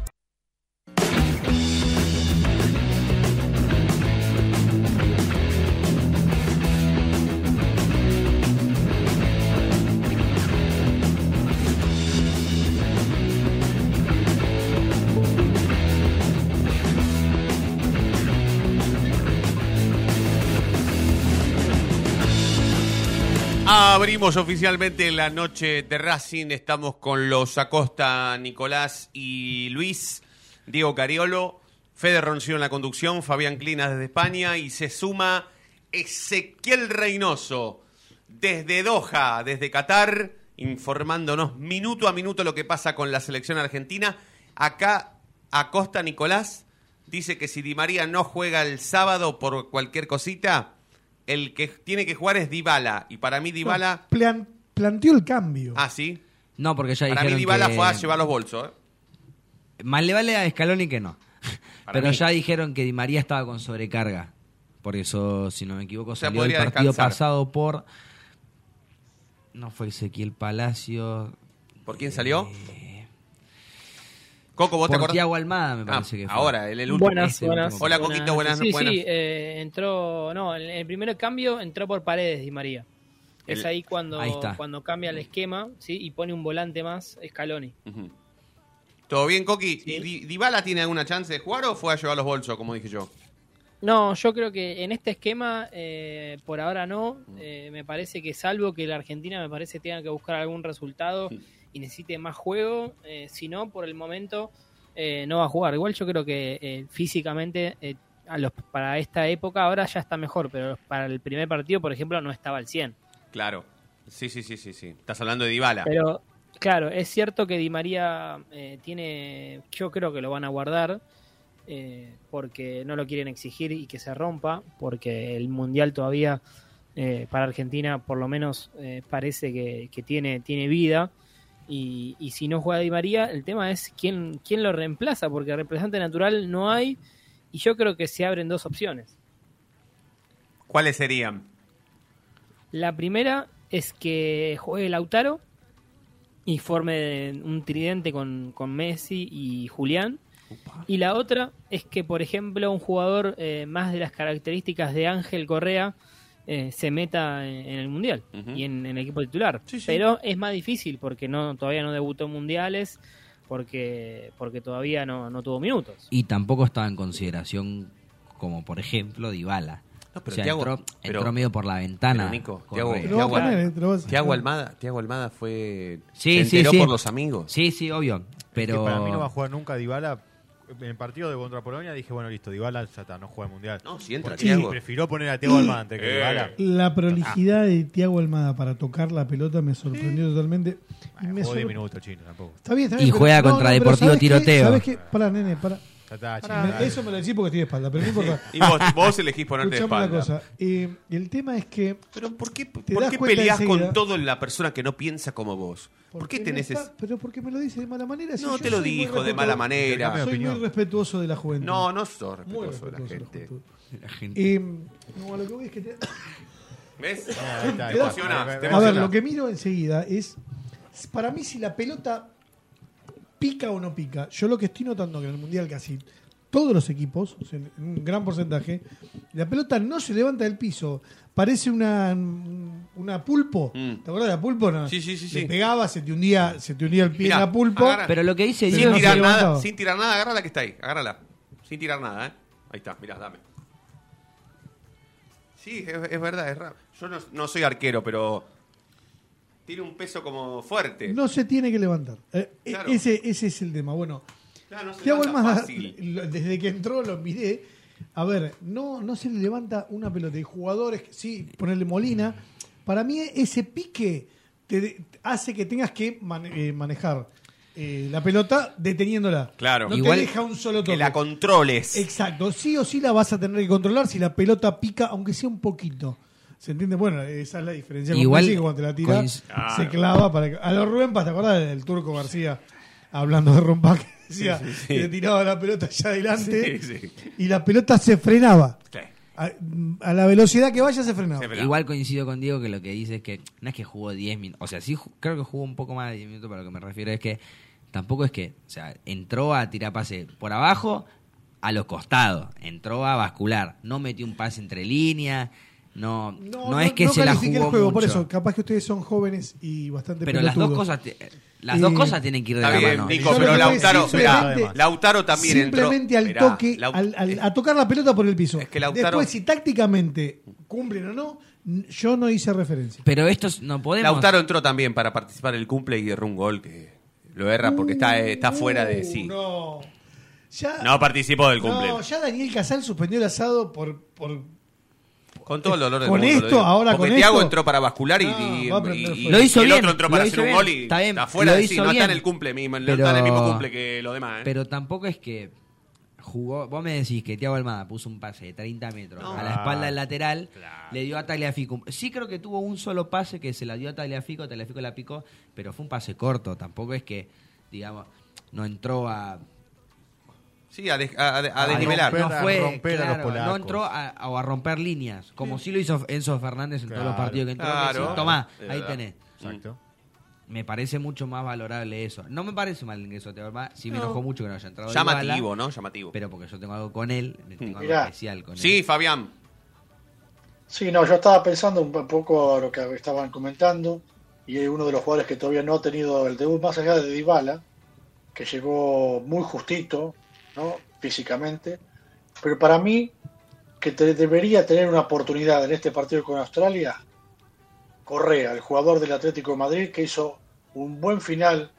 C: Abrimos oficialmente la noche de Racing. Estamos con los Acosta, Nicolás y Luis, Diego Cariolo, Fede Roncio en la conducción, Fabián Clinas desde España y se suma Ezequiel Reynoso desde Doha, desde Qatar, informándonos minuto a minuto lo que pasa con la selección argentina. Acá Acosta Nicolás dice que si Di María no juega el sábado por cualquier cosita, el que tiene que jugar es Dybala y para mí Dybala,
F: Plan- planteó el cambio.
C: ah sí,
D: No, porque ya
C: para mí
D: dijeron
C: Dybala
D: que...
C: fue a llevar los bolsos. ¿eh?
D: Más le vale a Scaloni que no.
C: Para
D: Pero
C: mí.
D: ya dijeron que Di María estaba con sobrecarga. Por eso, si no me equivoco,
C: sea,
D: salió el
C: podría
D: partido
C: descansar.
D: pasado por... No fue Ezequiel Palacio.
C: ¿Por quién salió? Coco, ¿vos te
D: Eh, Por
C: acordás?
D: Tiago Almada, me parece
C: Ah,
D: que fue.
C: ahora, el, el último.
J: Buenas,
D: Ese
J: buenas.
D: último.
C: Hola, Coquito, buenas,
J: Sí,
C: buenas.
J: sí, eh, entró, no, en el primer cambio entró por paredes Di María. Es
C: El-
J: ahí cuando,
D: Ahí está.
J: cuando cambia el esquema ¿sí? y pone un volante más, Scaloni.
C: Ujú. ¿Todo bien, Coqui? ¿Y Di- Dybala tiene alguna chance de jugar o fue a llevar los bolsos, como dije yo?
J: No, yo creo que en este esquema, eh, por ahora no. Eh, me parece que salvo que la Argentina me parece tenga que buscar algún resultado y necesite más juego, eh, si no, por el momento eh, no va a jugar. Igual yo creo que eh, físicamente eh, a los, para esta época ahora ya está mejor, pero para el primer partido, por ejemplo, no estaba al 100.
C: Claro. Sí, sí, sí, sí, sí. Estás hablando de Dybala.
J: Pero claro, es cierto que Di María eh, tiene, yo creo que lo van a guardar eh, porque no lo quieren exigir y que se rompa, porque el mundial todavía eh, para Argentina por lo menos eh, parece que, que tiene, tiene vida. Y, y si no juega Di María, el tema es quién, quién lo reemplaza, porque reemplazante natural no hay. Y yo creo que se abren dos opciones.
C: ¿Cuáles serían?
J: La primera es que juegue Lautaro y forme un tridente con, con Messi y Julián. Y la otra es que, por ejemplo, un jugador eh, más de las características de Ángel Correa eh, se meta en, en el Mundial
B: Ujú.
J: y en, en el equipo titular.
B: Sí, sí.
J: Pero es más difícil porque no todavía no debutó en Mundiales, porque, porque todavía no, no tuvo minutos.
D: Y tampoco estaba en consideración, como por ejemplo, Dybala.
C: pero
D: o sea,
C: Thiago-
D: entró, entró
C: pero-
D: medio por la ventana.
C: Pero, Nico,
D: Correa.
C: Tiago,
F: Lo va a poner, eh, te lo vas a-
C: Almada, Thiago Almada fue
D: Sí,
C: se
D: sí,
C: enteró
D: sí.
C: por los amigos.
D: Sí, sí, obvio. Pero
E: Es que para mí no va a jugar nunca Dybala. En el partido de contra Polonia dije, bueno, listo, Dybala ya está, no juega el Mundial.
C: No, si entra
E: Porque
C: Thiago.
E: Prefirió poner a Thiago Almada antes que
C: Eh.
E: Dybala.
F: La prolijidad de Tiago Almada para tocar la pelota me sorprendió totalmente. Y me
E: Jugó 10
F: sor-
E: minutos, chino, tampoco.
F: Está bien, está bien,
D: Y
F: pero-
D: juega
F: no,
D: contra
F: no, pero
D: Deportivo
F: ¿sabes qué?
D: Tiroteo.
F: ¿Sabes qué? Pará, nene, pará.
E: Ya está,
F: Me-
E: chino, dale.
F: Eso me lo decís porque estoy de espalda, pero no importa.
C: Y vos, vos elegís ponerte de
F: Escuchame
C: espalda.
F: una cosa. eh, el tema es que.
C: Pero ¿por qué,
F: das
C: ¿Por qué
F: cuenta
C: peleás
F: enseguida-
C: con todo la persona que no piensa como vos? ¿Por qué
F: me
C: tenés
F: está-
C: ese-
F: Pero porque me lo dice de mala manera. si
C: No
F: yo
C: te lo
F: soy muy
C: dijo de
F: respetuoso-
C: mala manera.
F: Soy muy respetuoso de la juventud.
C: No, no sos
F: Muy
C: respetuoso de la gente.
F: Eh, no, a lo que voy es que te-
C: ¿Ves?
E: Ah, ahí está,
C: Te
E: ahí está.
C: emocionás, te
F: A ver,
C: emocionás.
F: lo que miro enseguida es, para mí si la pelota pica o no pica, yo lo que estoy notando que en el Mundial casi todos los equipos, o sea, en un gran porcentaje, la pelota no se levanta del piso, parece una, una pulpo. ¿Te acuerdas de la pulpo? No?
C: Mm. Sí, sí, sí,
F: Le
C: sí.
F: pegaba, se te hundía, se te hundía el pie
C: Mirá,
F: en la pulpo.
C: agarra. Pero
D: lo que dice
F: pero
C: sin,
F: no se
C: tirar nada,
F: levantaba.
C: sin tirar nada, agárrala que está ahí, agárrala. Sin tirar nada, ¿eh? Ahí está, mirá, dame. Sí, es, es verdad, es raro. Yo no, no soy arquero, pero tiene un peso como fuerte.
F: No se tiene que levantar. Eh, e-
C: Claro.
F: ese, ese es el tema. Bueno,
C: Claro, no se
F: Thiago
C: levanta
F: Almada,
C: fácil.
F: lo- desde que entró lo miré. A ver, no, no se le levanta una pelota. Y jugadores, que- sí, ponerle Molina. Para mí ese pique te de- hace que tengas que mane- eh, manejar eh, la pelota deteniéndola.
C: Claro.
F: No
C: Igual
F: te deja un solo toque.
C: Que la controles.
F: Exacto, sí o sí la vas a tener que controlar si la pelota pica, aunque sea un poquito. ¿Se entiende? Bueno, esa es la diferencia. con
D: Igual-
F: Messi, que cuando te la tira,
D: coinc-
F: se
D: Claro.
F: clava para que- A los Rubén Paz, ¿te acordás del turco García? Hablando de rompa que decía,
C: Sí, sí, sí.
F: que le tiraba la pelota allá adelante
C: Sí, sí.
F: y la pelota se frenaba.
C: Sí.
F: A, a la velocidad que vaya se frenaba.
D: Igual coincido con Diego que lo que dice es que no es que jugó 10 minutos, o sea, sí ju- creo que jugó un poco más de 10 minutos, pero a lo que me refiero es que tampoco es que, o sea, entró a tirar pase por abajo, a los costados, entró a bascular, no metió un pase entre líneas, no, no, es que se la
F: califique
D: jugó
F: el juego,
D: mucho.
F: por eso, capaz que ustedes son jóvenes y bastante
D: pero las dos
F: pelotudos.
D: cosas te- las dos
F: Eh,
D: cosas tienen que ir de
C: Está
D: la
C: bien,
D: mano.
C: Nico,
F: Yo
C: pero
F: lo que voy
C: Lautaro,
F: es simplemente-
C: mirá, Lautaro también entró.
F: simplemente al
C: Mirá,
F: toque,
C: Lau-
F: al- al- a tocar la pelota por el piso.
C: que Lautaro-
F: Después, si tácticamente cumplen o no, n- yo no hice referencia.
D: Pero estos no podemos.
C: Lautaro entró también para participar en el cumple y erró un gol que lo erra porque está, eh, está fuera de sí. No,
F: Uh, No. Ya,
C: participó del cumple.
F: no, ya Daniel Casal suspendió el asado por. por
C: Con todo el dolor del
F: Con
C: mundo, lo
F: esto,
C: digo.
F: ahora
C: Porque
F: con
C: Thiago
F: esto.
C: entró para bascular y,
D: Ah,
C: y-
F: va a prender
C: y-
F: fuego.
D: Lo hizo
C: y el
D: bien,
C: otro entró
D: lo
C: para
D: hizo
C: hacer un
D: bien,
C: gol y
D: está
C: está,
D: bien,
C: fuera
D: lo
C: de
D: hizo
C: sí. No está
D: bien.
C: en el cumple mismo, no
D: Pero-
C: está en el mismo cumple que los demás. ¿eh?
D: Pero tampoco es que jugó. Vos me decís que Tiago Almada puso un pase de 30 metros
C: No.
D: a la espalda del lateral, le dio a Tagliafico. Sí, creo que tuvo un solo pase que se la dio a Tagliafico, Tagliafico la picó, pero fue un pase corto. Tampoco es que, digamos, no entró a.
C: sí, a, de- a- a- a
D: a
C: desnivelar.
D: no fue,
E: a romper a los
D: claro,
E: polacos.
D: no entró a, a- o a romper líneas, como sí. lo hizo Enzo Fernández en todos los
E: Claro.
D: partidos que entró.
C: Claro.
D: que decís, Tomá,
C: Es
D: ahí
C: verdad.
D: tenés. Mm.
E: Exacto.
D: Me parece mucho más valorable eso. No me parece mal el ingreso de Tiago Almada, sí me
C: No.
D: enojó mucho que no haya entrado. Dybala.
C: Llamativo, ¿no? Llamativo.
D: Pero porque yo tengo algo con él, tengo algo
G: Mirá.
D: especial con
C: Sí,
D: él.
C: Fabián.
G: Sí, no, yo estaba pensando un poco lo que estaban comentando y hay uno de los jugadores que todavía no ha tenido el debut más allá de Dybala, que llegó muy justito, ¿no? físicamente, pero para mí que te- debería tener una oportunidad en este partido con Australia, Correa, el jugador del Atlético de Madrid que hizo un buen final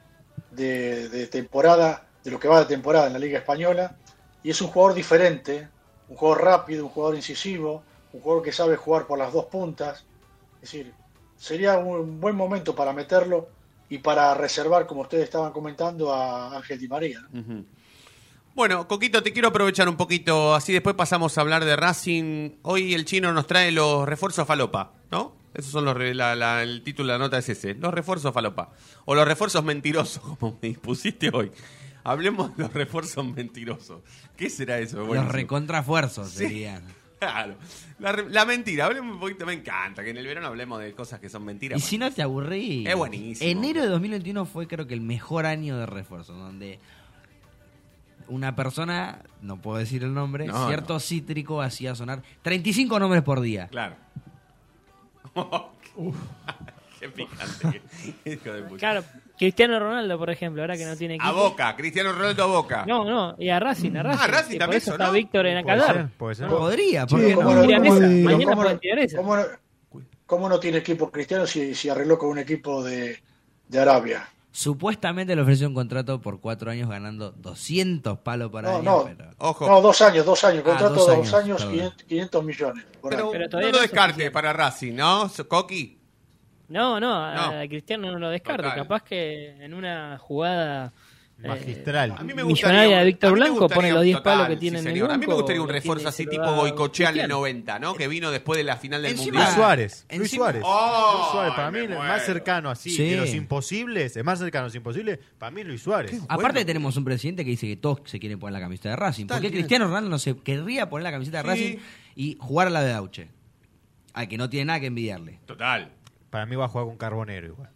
G: de, de temporada, de lo que va de temporada en la Liga Española, y es un jugador diferente, un jugador rápido, un jugador incisivo, un jugador que sabe jugar por las dos puntas. Es decir, sería un buen momento para meterlo y para reservar, como ustedes estaban comentando, a Ángel Di María. ¿no?
C: Bueno, Coquito, te quiero aprovechar un poquito, así después pasamos a hablar de Racing. Hoy el chino nos trae los refuerzos falopa, ¿no? Esos son los, re- la- la- el título de la nota es ese, los refuerzos falopa. O los refuerzos mentirosos, como me dispusiste hoy. Hablemos de los refuerzos mentirosos. ¿Qué será eso?
D: Los
C: Buenísimo.
D: recontrafuerzos
C: Sí.
D: serían.
C: Claro. La, re- la mentira, hablemos un poquito, me encanta, que en el verano hablemos de cosas que son mentiras.
D: Y si no te aburrí.
C: Es buenísimo.
D: Enero de 2021 fue creo que el mejor año de refuerzos, donde una persona, no puedo decir el nombre,
C: No,
D: cierto cítrico hacía sonar 35 nombres por día.
C: Claro. Qué picante. que- hijo de puta.
J: Claro, Cristiano Ronaldo, por ejemplo, ahora que no tiene
C: A
J: equipo.
C: Boca, Cristiano Ronaldo a Boca.
J: No, no, y a Racing, a Racing.
C: Ah, Racing
J: que
C: también
J: por eso
C: son,
J: está
C: ¿no?
J: Víctor en
C: Puede
J: Acadar.
C: ser,
E: puede ser.
J: No,
D: Podría,
G: Sí,
D: porque
G: ¿cómo
D: no.
G: no,
J: Tiran
G: ¿Cómo
J: esa,
G: digo?
J: mañana
G: ¿Cómo no-
J: pueden tirar esa.
G: cómo no- cómo no tiene equipo cristiano si, si arregló con un equipo de, de Arabia?
D: Supuestamente le ofreció un contrato por cuatro años ganando 200 palos para
G: No,
D: año,
G: no.
D: pero-
C: Ojo.
G: No, dos años, dos años.
D: Ah,
G: Contrato
D: dos
G: de
D: años,
G: dos años,
D: perdón.
G: 500, 500 millones. por
C: pero,
G: ahí.
J: Pero
C: no
J: todavía
C: lo
J: no es
C: descarte
J: oficial.
C: para Racing, ¿no? Coqui.
J: No, no, a,
C: No.
J: a Cristiano no lo descarto.
C: Total.
J: Capaz que en una jugada eh,
E: Magistral.
C: A mí me
J: millonaria
C: gustaría.
J: de Víctor
C: a mí me
J: Blanco
C: gustaría-
J: pone los 10
C: total,
J: palos que
C: sí,
J: tiene en el
C: señor. A mí me
J: banco,
C: gustaría un
J: lo
C: refuerzo
J: tiene,
C: así
J: se lo
C: tipo
J: da
C: Goicochea en el
J: Cristiano.
C: 90, ¿no? Que vino después de la final del
D: Encima-
E: Luis
D: Ah,
C: Mundial.
E: Suárez. Luis
D: encima-
E: Suárez.
C: ¡Oh!
E: Luis Suárez, para mí,
C: Me
E: el
C: muero.
E: más cercano así
D: Sí.
E: de los imposibles, el más cercano a los imposibles, para mí es Luis Suárez.
D: Aparte tenemos un presidente que dice que todos se quieren poner la camiseta de Racing.
C: Está
D: ¿Por qué
C: bien.
D: Cristiano Ronaldo no se querría poner la camiseta de
C: Sí.
D: Racing y jugar a la de Dauche? Al que no tiene nada que envidiarle.
C: Total.
E: Para mí va a jugar con Carbonero igual.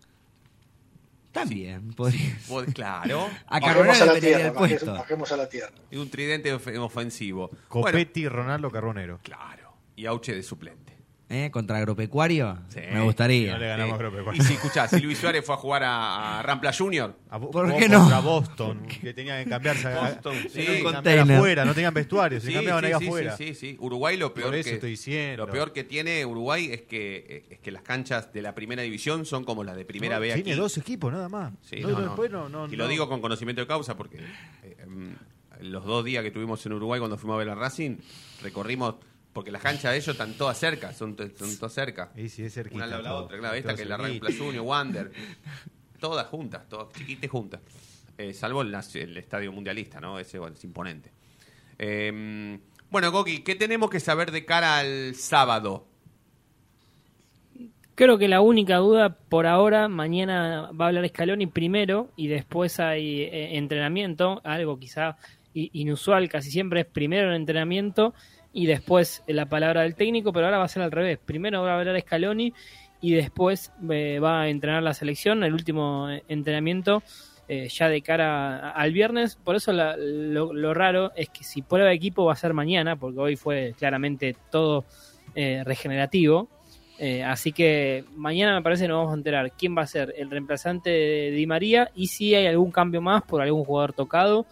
D: También, podría.
C: Vos-
D: A
C: Claro.
G: Bajemos a
D: Carbonero
G: la
D: le pediría
G: tierra,
D: el
G: bajemos,
D: puesto.
G: bajemos a la tierra.
C: Y un tridente of- ofensivo. Bueno,
E: Copetti, Ronaldo, Carbonero.
C: claro. Y Auche de suplente.
D: ¿Eh? ¿Contra Agropecuario?
C: Sí.
D: Me gustaría.
E: No le ganamos a Agropecuario.
C: Y si escuchás, si Luis Suárez fue a jugar a, a Rampla Junior.
E: A Bo-
D: ¿Por
E: Bo-
D: qué no?
E: contra Boston, que tenían que cambiarse a-
C: Boston,
E: tenían
C: sí.
E: que
C: Un
E: cambiar
D: container.
E: afuera, no tenían vestuario, se cambiaban ahí
C: sí,
E: afuera.
C: sí, sí, sí. Uruguay lo peor
E: Por eso
C: que
E: estoy diciendo.
C: lo peor que tiene Uruguay es que es que las canchas de la primera división son como las de primera
E: No,
C: B aquí.
E: Tiene dos equipos nada más.
C: Sí,
E: No,
C: no,
E: no,
C: no.
E: después no- no-
C: y
E: no.
C: lo digo con conocimiento de causa porque eh, em, los dos días que tuvimos en Uruguay cuando fuimos a ver a Racing recorrimos porque las canchas de ellos están todas cerca, son, to- son todas cerca.
E: Y sí, es cerquita
C: Una al lado de la
E: todo.
C: otra, claro, esta
E: Todo
C: que es la
E: cerquita.
C: Rampla Junior, Wander, todas juntas, todas chiquitas juntas. Eh, salvo el, nac- el estadio mundialista, ¿no? Ese bueno, es imponente. Em, bueno, Goki, ¿qué tenemos que saber de cara al sábado?
J: Creo que la única duda por ahora, mañana va a hablar Scaloni primero y después hay eh, entrenamiento, algo quizá i- inusual, casi siempre es primero el entrenamiento y después la palabra del técnico, pero ahora va a ser al revés, primero va a hablar Scaloni y después eh, va a entrenar la selección, el último eh, entrenamiento eh, ya de cara a- al viernes, por eso la- lo, lo raro es que si prueba de equipo va a ser mañana, porque hoy fue claramente todo eh, regenerativo. Eh, así que mañana me parece nos vamos a enterar quién va a ser el reemplazante de Di María y si hay algún cambio más por algún jugador tocado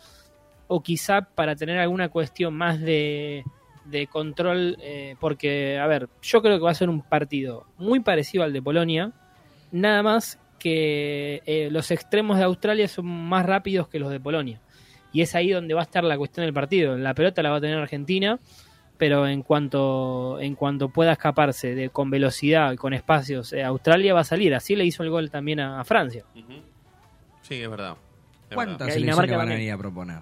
J: o quizá para tener alguna cuestión más de, de control. eh, porque, a ver, yo creo que va a ser un partido muy parecido al de Polonia, nada más que eh, los extremos de Australia son más rápidos que los de Polonia. Y es ahí donde va a estar la cuestión del partido. La pelota la va a tener Argentina pero en cuanto en cuanto pueda escaparse de, con velocidad y con espacios eh, Australia va a salir así le hizo el gol también a, a Francia
C: Sí, es verdad. Es verdad.
D: ¿Cuántas
J: Que
D: selecciones
J: Dinamarca
D: van a
J: también.
D: venir a proponer?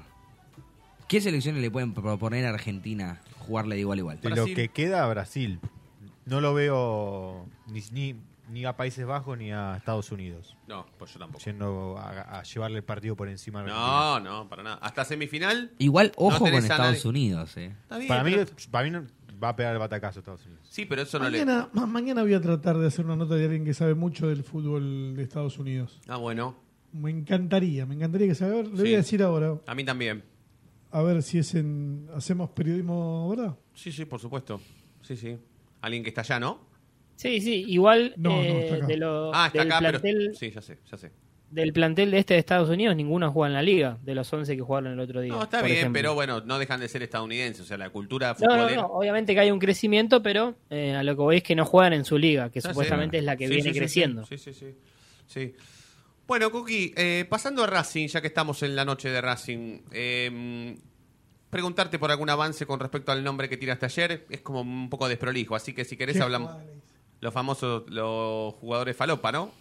D: ¿Qué selecciones le pueden proponer a Argentina jugarle de igual a igual?
E: De
C: Brasil.
E: lo que queda Brasil. No lo veo ni, ni, ni a Países Bajos ni a Estados Unidos.
C: No, pues yo tampoco.
E: Yendo a, a llevarle el partido por encima de Argentina.
C: No, no, para nada. Hasta semifinal.
D: Igual,
C: No
D: ojo con
C: tenés a nadie.
D: Estados Unidos, ¿eh?
C: Está bien,
E: Para mí,
C: pero-
E: para mí no- va a pegar el batacazo Estados Unidos.
C: Sí, pero eso no le.
F: Mañana, ma- mañana voy a tratar de hacer una nota de alguien que sabe mucho del fútbol de Estados Unidos.
C: Ah, bueno.
F: Me encantaría, me encantaría que saber. Le voy
C: Sí.
F: a decir ahora,
C: A mí también.
F: a ver si es en. Hacemos periodismo, ¿verdad?
C: Sí, sí, por supuesto. Sí, sí. Alguien que está allá, ¿no?
J: sí sí igual
F: No, no,
J: eh,
F: está acá.
J: de lo-
C: Ah, está
J: del
C: acá,
J: plantel
C: pero. Sí, ya sé, ya sé.
J: del plantel de este de Estados Unidos ninguno juega en la liga de los 11 que jugaron el otro día
C: No, está
J: por
C: bien,
J: ejemplo.
C: pero bueno, no dejan de ser estadounidenses. O sea, la cultura
J: no, no,
C: futbolera.
J: no, obviamente que hay un crecimiento, pero eh, a lo que voy es que no juegan en su liga, que
C: Ya sé.
J: supuestamente es la que
C: Sí,
J: viene
C: sí, sí,
J: creciendo.
C: Sí, sí, sí. sí. Bueno, Cookie, eh, pasando a Racing, ya que estamos en la noche de Racing, eh, preguntarte por algún avance con respecto al nombre que tiraste ayer es como un poco desprolijo, así que si querés
F: ¿Qué
C: hablamos.
F: jugada le hice?
C: Los famosos los jugadores falopa, ¿no?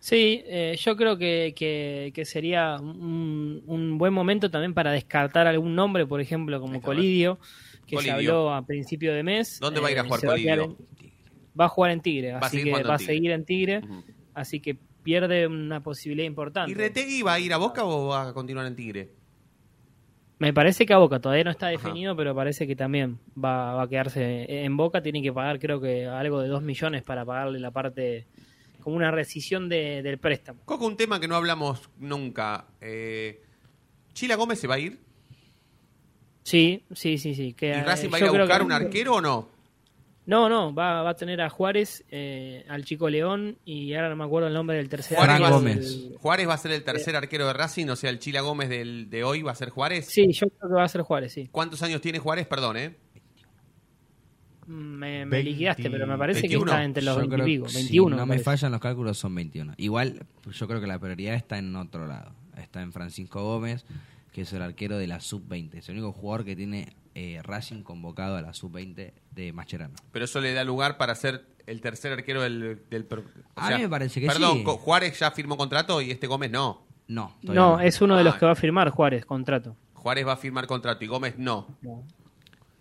J: Sí, eh, yo creo que, que- que sería un, un buen momento también para descartar algún nombre, por ejemplo, como Colidio, que
C: Colidio.
J: se habló a principio de mes. eh,
C: ¿Dónde va a ir a jugar
J: se va quedar
C: Colidio?
J: en- va a jugar en Tigre,
C: Va a
J: así
C: seguir
J: que
C: jugando
J: va a
C: en Tigre.
J: seguir en Tigre, así que pierde una posibilidad importante.
C: ¿Y Retegui va a ir a Boca o va a continuar en Tigre?
J: Me parece que a Boca todavía no está definido, pero parece que también va, va a quedarse en Boca. Tienen que pagar, creo que algo de 2 millones para pagarle la parte, como una rescisión de- del préstamo.
C: Coco, un tema que no hablamos nunca. Eh, ¿Chila Gómez se va a ir?
J: Sí, sí, sí, sí. Que,
C: ¿Y
J: eh,
C: Racing va a
J: yo
C: ir a
J: creo
C: buscar
J: que-
C: un arquero o no?
J: No, no, va, va a tener a Juárez, eh, al Chico León y ahora no me acuerdo el nombre del tercer
C: Juárez
J: arquero,
C: va, a-
J: el-
C: Juárez va a ser el tercer arquero de Racing, o sea, el Chila Gómez del, de hoy va a ser Juárez.
J: Sí, yo creo que va a ser Juárez, sí.
C: ¿Cuántos años tiene Juárez? Perdón, ¿eh?
J: Me, me
C: 20,
J: liquidaste, pero me parece que
C: 21.
J: está entre los
D: Yo
J: 20 y
D: creo
J: pico,
D: que
J: 21.
D: Si no
J: me
D: me
J: parece.
D: fallan los cálculos, son 21. Igual, yo creo que la prioridad está en otro lado. Está en Francisco Gómez, que es el arquero de la sub-20. Es el único jugador que tiene eh, Racing convocado a la sub-20 de Mascherano.
C: Pero eso le da lugar para ser el tercer arquero del... del pro- o
D: A mí me parece que
C: perdón,
D: sí.
C: Co- Juárez ya firmó contrato y este Gómez no.
D: No,
J: No, es uno de los
C: Ah,
J: que va a firmar Juárez, contrato.
C: Juárez va a firmar contrato y Gómez no.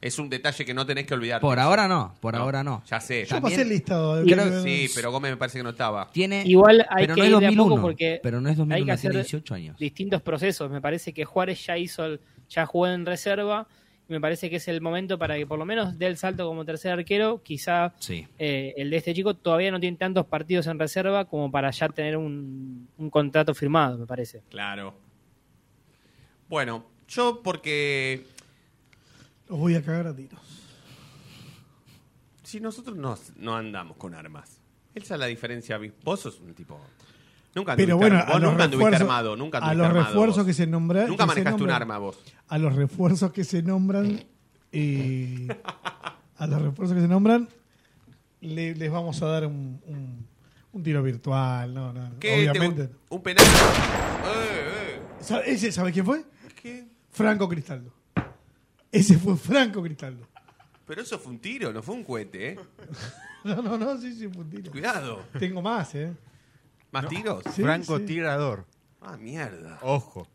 C: Es un detalle que no tenés que olvidar.
D: Por ahora no, por ahora no.
C: Ya sé.
D: Yo pasé el
F: listado de-
C: Creo-
F: creo-
C: sí, pero Gómez me parece que no estaba.
D: Tiene,
J: Igual hay
D: pero
J: que
D: no
J: ir
D: es
J: de a
D: 2001,
J: poco porque
D: pero no es
J: hay que
D: 2001,
J: hacer
D: tiene 18 años.
J: distintos procesos. Me parece que Juárez ya hizo, el- ya jugó en reserva. y Me parece que es el momento para que por lo menos dé el salto como tercer arquero. Quizá
D: Sí.
J: eh, el de este chico todavía no tiene tantos partidos en reserva como para ya tener un, un contrato firmado, me parece.
C: Claro. Bueno, yo porque
F: Los voy a cagar a tiros.
C: si nosotros no, no andamos con armas. Esa es la diferencia. Vos sos un tipo... Nunca anduviste,
F: Pero bueno,
C: ar-
F: a
C: vos
F: los
C: nunca anduviste
F: refuerzos-
C: armado. Nunca
F: a
C: anduviste
F: los
C: armado
F: refuerzos
C: vos.
F: que se nombra-
C: Nunca
F: que se
C: manejaste un
F: nombran.
C: arma vos.
F: A los refuerzos que se nombran. eh, a los refuerzos que se nombran. le- les vamos a dar un, un- un tiro virtual. No, no,
C: ¿Qué?
F: obviamente.
C: Te- un penal.
F: Sa- ese, ¿Sabes quién fue?
C: ¿Qué?
F: Franco Cristaldo. Ese fue Franco Cristaldo.
C: Pero eso fue un tiro, no fue un cohete, ¿eh?
F: No, no, no, sí, sí, fue un tiro.
C: Cuidado.
F: Tengo más, ¿eh?
C: ¿Más tiros?
F: Sí,
E: Franco
F: sí.
E: tirador.
C: Ah, mierda.
E: Ojo.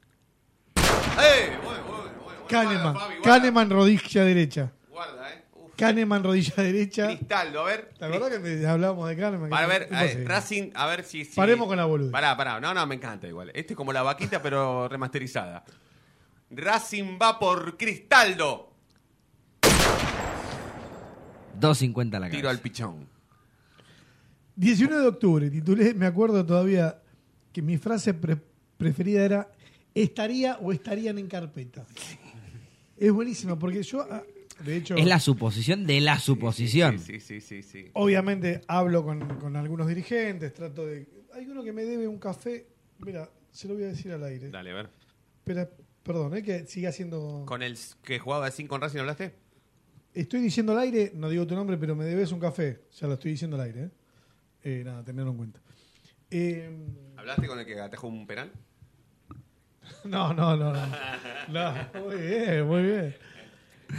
F: Kahneman. Kahneman, rodilla derecha.
C: Guarda, ¿eh? Uf.
F: Kahneman, rodilla derecha.
C: Cristaldo, a ver.
F: ¿Te acordás que me- hablábamos de Kahneman?
C: Para ver,
F: ¿Qué
C: a ver,
F: pasa?
C: Racing, a ver si... si-
F: Paremos con la boludez.
C: Pará, pará. No, no, me encanta igual. Este es como la vaquita, pero remasterizada. Racing va por Cristaldo.
D: 2.50 a la
C: Tiro
D: cara.
C: al pichón.
F: 19 de octubre, titulé, me acuerdo todavía que mi frase pre- preferida era estaría o estarían en carpeta. Es buenísima porque yo, ah, de hecho,
D: Es la suposición de la suposición.
C: Sí, sí, sí, sí.
F: obviamente hablo con, con algunos dirigentes, trato de... Hay uno que me debe un café, mira, se lo voy a decir al aire.
C: Dale, a ver.
F: Pero, perdón, es que siga haciendo...
C: ¿Con el que jugaba de 5 con Racing hablaste?
F: Estoy diciendo al aire, no digo tu nombre, pero me debes un café. Ya lo estoy diciendo al aire, ¿eh? Eh, nada, tenerlo en cuenta. Eh,
C: ¿Hablaste con el que atajó un penal?
F: No, no, no, no. No, muy bien, muy bien.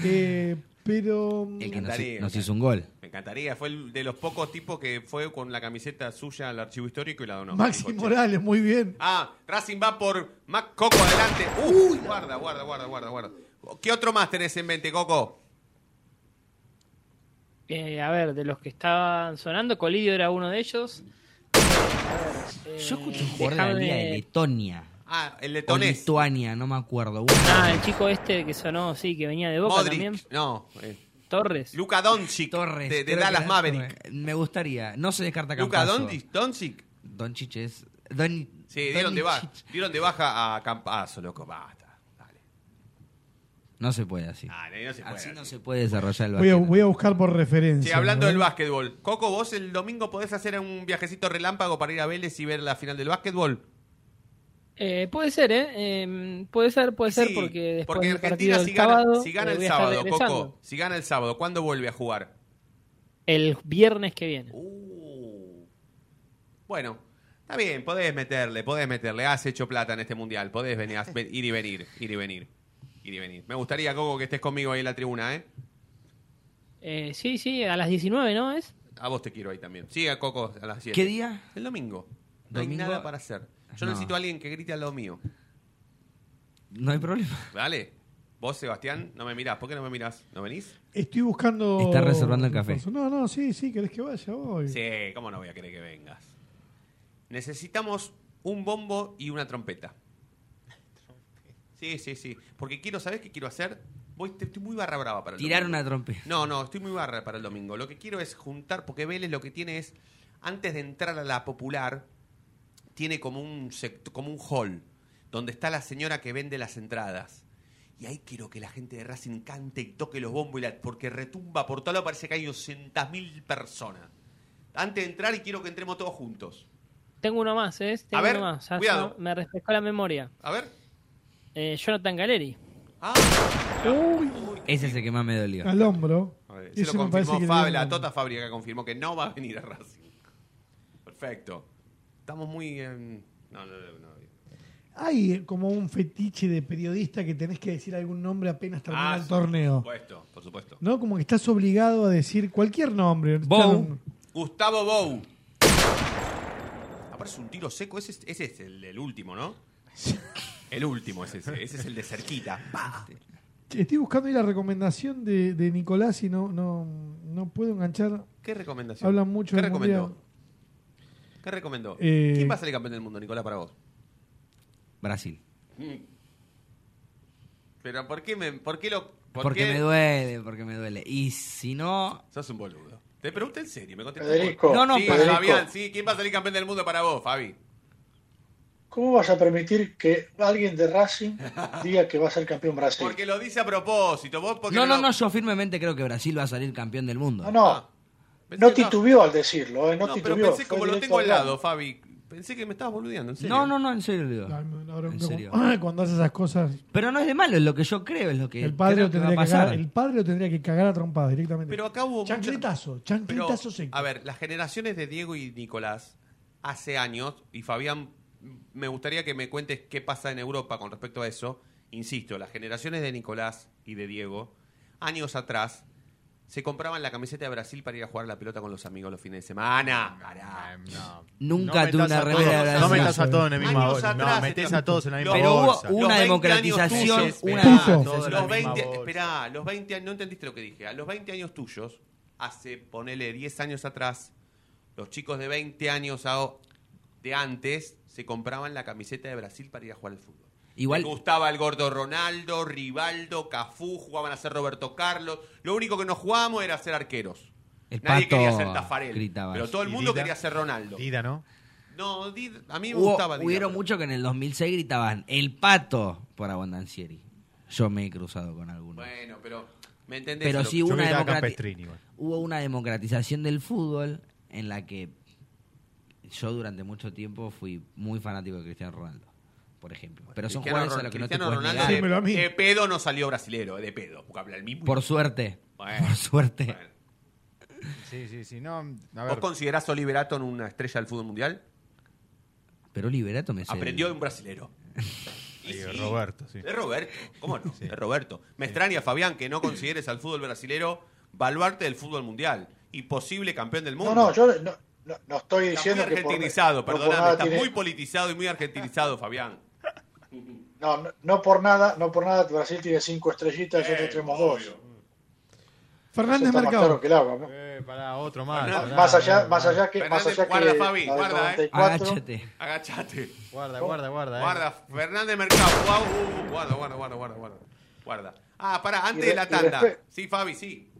F: Eh, pero.
D: El que
C: no
D: nos,
C: Cantaría.
D: nos hizo un gol.
C: Me encantaría. Fue el de los pocos tipos que fue con la camiseta suya al archivo histórico y la donó.
F: Maxi
C: Dijo, "Che".
F: Morales, muy bien.
C: Ah, Racing va por Mac Coco adelante. Uy, guarda, guarda, guarda, guarda, guarda. ¿Qué otro más tenés en mente, Coco?
J: Eh, a ver, de los que estaban sonando, Colidio era uno de ellos. Eh,
D: Yo escuché un jugador de la
J: dejame-
D: Liga de Letonia.
C: Ah, el de
D: O
C: Tonés.
D: Lituania, no me acuerdo.
J: Ah, el chico este que sonó, sí, que venía de Boca
C: Modric.
J: también.
C: No, eh,
J: Torres.
C: Luca Doncic
D: Torres.
C: de, de
D: creo que
C: Dallas
D: era
C: Maverick.
D: Torres. Me gustaría. No se descarta
C: Luca
D: Campazzo.
C: Doncic, Doncic.
D: Doncic es... Don,
C: Sí, dieron de, baja,
D: Doncic.
C: dieron de baja a Campazo, loco. Basta. Dale,
D: No se puede así.
C: dale, no se puede.
D: Así no se puede desarrollar el
F: Voy a,
D: básquet.
F: voy a buscar por referencia.
C: Sí, hablando
F: ¿no?
C: del básquetbol. Coco, vos el domingo podés hacer un viajecito relámpago para ir a Vélez y ver la final del básquetbol.
J: Eh, puede ser, ¿eh? Eh, Puede ser, puede ser,
C: Sí,
J: porque después
C: porque
J: del
C: Argentina
J: partido
C: si
J: del
C: gana,
J: sábado,
C: si gana
J: eh,
C: el
J: voy a estar
C: sábado,
J: regresando.
C: Coco, si gana el sábado, ¿cuándo vuelve a jugar?
J: El viernes que viene.
C: Uh. Bueno, está bien, podés meterle, podés meterle. Has hecho plata en este mundial, podés venir, has- ven- ir y venir, ir y venir, ir y venir. Me gustaría, Coco, que estés conmigo ahí en la tribuna, ¿eh?
J: Eh, sí, sí, a las 19, ¿no es?
C: A vos te quiero ahí también. Sí, a Coco a las 7.
D: ¿Qué día?
C: El domingo. No
D: Domingo-
C: hay nada para hacer. Yo
D: No.
C: necesito a alguien que grite al lado mío.
D: No hay problema.
C: Dale. Vos, Sebastián, no me mirás. ¿Por qué no me mirás? ¿No venís?
F: Estoy buscando.
D: Está reservando el café.
F: No, no, sí, sí, querés que vaya hoy.
C: Sí, ¿cómo no voy a querer que vengas? Necesitamos un bombo y una trompeta. Sí, sí, sí. Porque quiero, ¿sabés qué quiero hacer? Voy, te- estoy muy barra brava para el
D: Tirar
C: domingo.
D: una trompeta.
C: No, no, estoy muy barra para el domingo. Lo que quiero es juntar, porque Vélez lo que tiene es, antes de entrar a la popular, tiene como un, sect- como un hall, donde está la señora que vende las entradas. Y ahí quiero que la gente de Racing cante y toque los bombos, y la- porque retumba por todo lado, parece que hay 200.000 personas. Antes de entrar, y quiero que entremos todos juntos.
J: Tengo uno más, ¿eh? Tengo
C: A ver,
J: uno más. Ya
C: cuidado.
J: se- me refrescó la memoria.
C: A ver.
J: Eh, Jonathan Galeri.
D: Ese es el que más me dolió.
F: Al hombro.
C: A ver, se
F: Ese
C: lo
F: me parece
C: confirmó
F: que
C: Fabri,
F: le-
C: la Tota Fabri acá confirmó que no va a venir a Racing. Perfecto. Estamos muy... em, no, no, no, no.
F: Hay como un fetiche de periodista que tenés que decir algún nombre apenas termina
C: Ah,
F: el torneo.
C: Por supuesto, por supuesto.
F: ¿No? Como que estás obligado a decir cualquier nombre.
D: Bou.
C: Gustavo Bou. Aparece un tiro seco. Ese es, ese es el, el último, ¿no? El último es ese. Ese es el de cerquita. Pa.
F: Che, Estoy buscando ahí la recomendación de, de Nicolás y no, no, no puedo enganchar.
C: ¿Qué recomendación?
F: Hablan mucho
C: ¿Qué
F: del
C: recomendó?
F: Mundial.
C: ¿Qué recomendó?
F: Eh,
C: ¿Quién va a salir campeón del mundo, Nicolás, para vos?
D: Brasil.
C: Pero ¿por qué me, por qué lo, por
D: Porque
C: qué-
D: me duele, porque me duele. Y si no.
C: Sos un boludo. Te pregunto en serio, me contestó.
G: Federico,
D: No, no,
C: sí,
D: para-
C: Fabián, sí, ¿quién va a salir campeón del mundo para vos, Fabi?
G: ¿Cómo vas a permitir que alguien de Racing diga que va a ser campeón Brasil?
C: Porque lo dice a propósito, vos porque
D: No, no,
C: lo-
D: no, yo firmemente creo que Brasil va a salir campeón del mundo.
F: Ah,
G: No, no,
C: Pensé
G: no
C: que
G: titubeó al decirlo, eh, no,
C: No, pero
G: titubeó.
C: pensé
G: fue
C: como lo
G: directo
C: tengo al lado,
G: grano.
C: Fabi. Pensé que me estabas boludeando, en serio.
D: No, no, no, en serio. digo.
F: Ay, me- ahora-
D: En serio.
F: ah, Cuando haces esas cosas,
D: Pero no es de malo, es lo que yo creo, es lo que
F: el padre,
D: creo
F: lo
D: que va
F: tendría
D: a
F: que cagar,
D: pasar.
F: el padre lo tendría que cagar a trompadas directamente.
C: Pero acá hubo mucha-
F: chancletazo,
C: Pero,
F: chancletazo seco.
C: a ver, las generaciones de Diego y Nicolás hace años, y Fabián, me gustaría que me cuentes qué pasa en Europa con respecto a eso. Insisto, las generaciones de Nicolás y de Diego, años atrás, se compraban la camiseta de Brasil para ir a jugar a la pelota con los amigos los fines de semana. Pará.
E: No.
D: Nunca
E: No
D: tuve
E: metas
D: una
E: a
D: remera de
E: todos-
D: Brasil.
E: No metas a todos en la misma
C: Años
E: bolsa. No,
C: atrás,
E: metes
C: entonces.
E: a todos en la misma
D: Pero hubo
E: bolsa.
D: una
C: Los 20
D: democratización,
C: años tuyos,
D: una-
C: esperá,
F: Puto.
E: todos en la
C: Los
E: misma
C: 20,
E: bolsa.
C: esperá, los 20 años, no entendiste lo que dije. A los 20 años tuyos, hace, ponele 10 años atrás, los chicos de 20 años a- de antes se compraban la camiseta de Brasil para ir a jugar al fútbol.
D: Igual-
C: Les gustaba el gordo Ronaldo, Rivaldo, Cafú, jugaban a ser Roberto Carlos. Lo único que no jugábamos era ser arqueros.
D: El
C: Nadie
D: Pato
C: quería ser Tafarel.
D: gritaba.
C: Pero todo el
E: Y
C: mundo
E: Dida.
C: quería ser Ronaldo.
E: Dida, ¿no?
C: No, Dida- a mí me
D: Hubo-
C: gustaba Dida,
D: hubieron
C: pero-
D: mucho que en el 2006 gritaban el pato por Abondancieri. Yo me he cruzado con algunos.
C: Bueno, pero me entendés.
D: Pero
C: a lo
D: sí
C: que-
E: Yo
D: hubo una,
E: gritaba
D: democrati-
E: Campestrini, igual.
D: hubo una democratización del fútbol en la que yo durante mucho tiempo fui muy fanático de Cristiano Ronaldo, por ejemplo. Pero son
C: Cristiano
D: jugadores a
C: Ron-
D: los que no te
C: Cristiano
D: puedes
C: Ronaldo
D: negar.
F: Dímelo a mí.
C: de, de pedo no salió brasilero, de pedo. Porque habla el mismo.
D: Por suerte.
C: Bueno,
D: por suerte.
C: bueno.
E: Sí, sí, sí. No, a
C: ¿Vos
E: ver.
C: considerás a Oliver Aton una estrella del fútbol mundial?
D: Pero Liberato me sé-
C: Aprendió de un brasilero.
E: Sí, de Roberto, sí.
C: De Roberto, ¿cómo no? De Roberto. Me extraña, Fabián, que no consideres al fútbol brasilero baluarte del fútbol mundial y posible campeón del mundo.
G: No, no, yo no, no- no estoy
C: Está muy
G: diciendo que por-
C: argentinizado,
G: no por
C: perdóname,
G: nada
C: está
G: tiene-
C: muy politizado y muy argentinizado, Fabián.
G: no, no, no por nada, no por nada Brasil tiene cinco estrellitas,
C: Eh,
G: nosotros tenemos dos. Eso
F: Fernández
G: está más
F: Mercado.
G: claro que el agua, ¿no?
E: Eh, pará, otro más.
C: Pará,
E: pará,
G: más allá,
E: pará,
G: más
E: pará.
G: allá que, más
C: Fernández,
G: allá que
C: guarda, Fabi,
G: la del
C: guarda, eh.
G: 94,
D: Agáchate.
C: Agachate.
E: Guarda, guarda, guarda. eh.
C: Guarda, Fernández Mercado. guau, uh, uh, guarda, guarda, guarda, guarda, guarda. Guarda. Ah, pará, antes
G: Y de-
C: de la
G: y
C: tanda.
G: después-
C: Sí, Fabi, sí.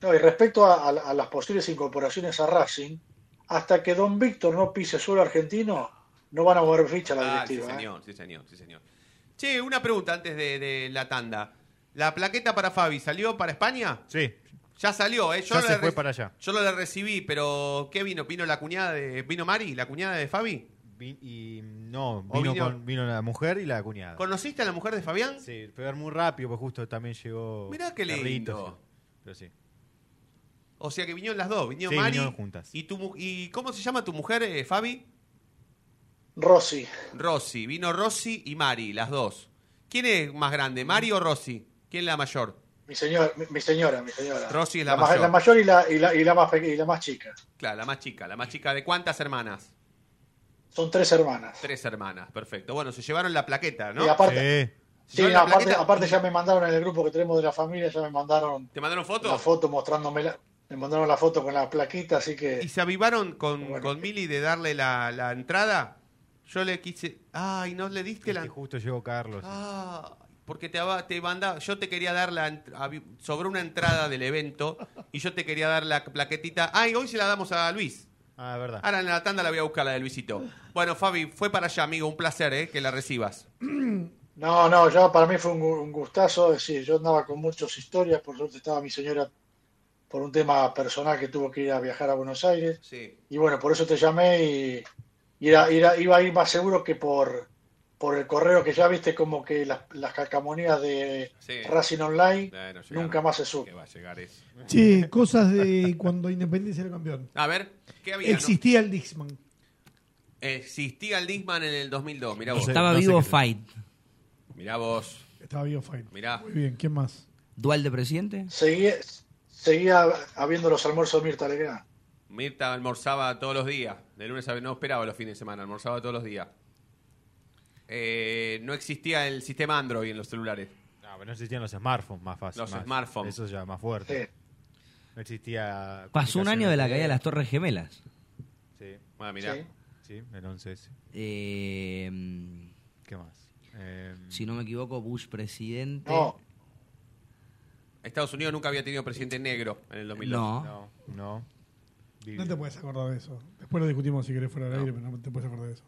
G: No, y respecto a, a- a las posibles incorporaciones a Racing, hasta que Don Víctor no pise suelo argentino, no van a mover ficha la
C: Ah, sí,
G: directiva. ¿eh?
C: señor, sí, señor, sí, señor. Che, una pregunta antes de, de la tanda. ¿La plaqueta para Fabi salió para España?
E: Sí.
C: Ya salió, ¿eh?
E: Ya
C: la
E: se
C: re-
E: fue para allá.
C: Yo no la recibí, pero ¿qué vino? ¿Vino la cuñada de. ¿Vino Mari, la cuñada de Fabi?
E: Vi- y no,
C: O
E: vino,
C: vino-
E: con- vino la mujer y la cuñada.
C: ¿Conociste a la mujer de Fabián?
E: Sí, pero muy rápido, pues justo también llegó.
C: Mirá qué
E: Carlitos,
C: lindo.
E: sí. Pero sí.
C: O sea que vinieron las dos, vino
E: Sí,
C: Mari.
E: vinieron juntas.
C: ¿Y, tu, mu- ¿Y cómo se llama tu mujer, eh, Fabi?
G: Rossi,
C: Rossi, vino Rossi y Mari, las dos. ¿Quién es más grande, Mari o Rossi? ¿Quién es la mayor?
G: mi, señor, mi, mi señora, mi señora.
C: Rossi es la
G: más-
C: mayor.
G: la mayor y la, y la, y la más, pe- y la más chica.
C: Claro, la más chica, la más chica de cuántas hermanas?
G: Son tres hermanas.
C: Tres hermanas, perfecto. Bueno, se llevaron la plaqueta, ¿no?
G: Y aparte-
C: Se
G: Sí,
C: llevaron la
G: aparte,
C: plaqueta.
G: aparte ya me mandaron en el grupo que tenemos de la familia, ya me mandaron
C: ¿Te mandaron fotos?
G: la foto mostrándome la, me mandaron la foto con la plaquita, así que
C: ¿Y se avivaron con, con Mili de darle la, la entrada? Yo le quise. Ay, no le diste la.
E: Justo llegó Carlos.
C: Ah, porque te, aba- te mandaba. Yo te quería dar la. ent- avi- Sobró una entrada del evento y yo te quería dar la plaquetita. Ay, hoy se la damos a Luis.
E: Ah, es verdad.
C: Ahora en la tanda la voy a buscar, la de Luisito. Bueno, Fabi, fue para allá, amigo. Un placer, ¿eh? Que la recibas.
G: No, no, yo para mí fue un, gu- un gustazo, es decir, yo andaba con muchas historias, por suerte estaba mi señora por un tema personal que tuvo que ir a viajar a Buenos Aires,
C: Sí.
G: y bueno, por eso te llamé y, y era- era- iba a ir más seguro que por, por el correo que ya viste como que las, las calcamonías de
C: Sí.
G: Racing Online
C: Eh, no llegaron.
G: nunca más se supo.
C: Va a llegar eso.
F: Che, cosas de cuando Independiente era campeón.
C: A ver, ¿qué había? no?
F: Existía el Dixman.
C: Existía el Disman en el 2002. Mirá vos.
D: Estaba vivo Fight.
C: Mirá vos.
F: Estaba vivo Fine.
C: Mirá.
F: Muy bien, ¿quién más?
D: ¿Dual de presidente?
G: Seguía, seguía habiendo los almuerzos de Mirta Legrand.
C: Mirta almorzaba todos los días. De lunes a no esperaba los fines de semana, almorzaba todos los días. Eh, no existía el sistema Android en los celulares.
E: No, pero no existían los smartphones más fácil.
C: Los
E: más-
C: smartphones.
E: Eso ya más fuerte. No existía.
D: Pasó un año de la caída de las Torres Gemelas.
E: Sí.
C: Ah, mirá.
G: Sí.
E: Sí, el 11S.
D: Eh, mm,
E: ¿Qué más? Eh,
D: si no me equivoco, Bush presidente.
G: No,
C: Estados Unidos nunca había tenido presidente negro en el 2002.
D: No.
E: no, no.
F: No te puedes acordar de eso. Después lo discutimos si querés fuera del
C: No.
F: aire, pero no te puedes acordar de eso.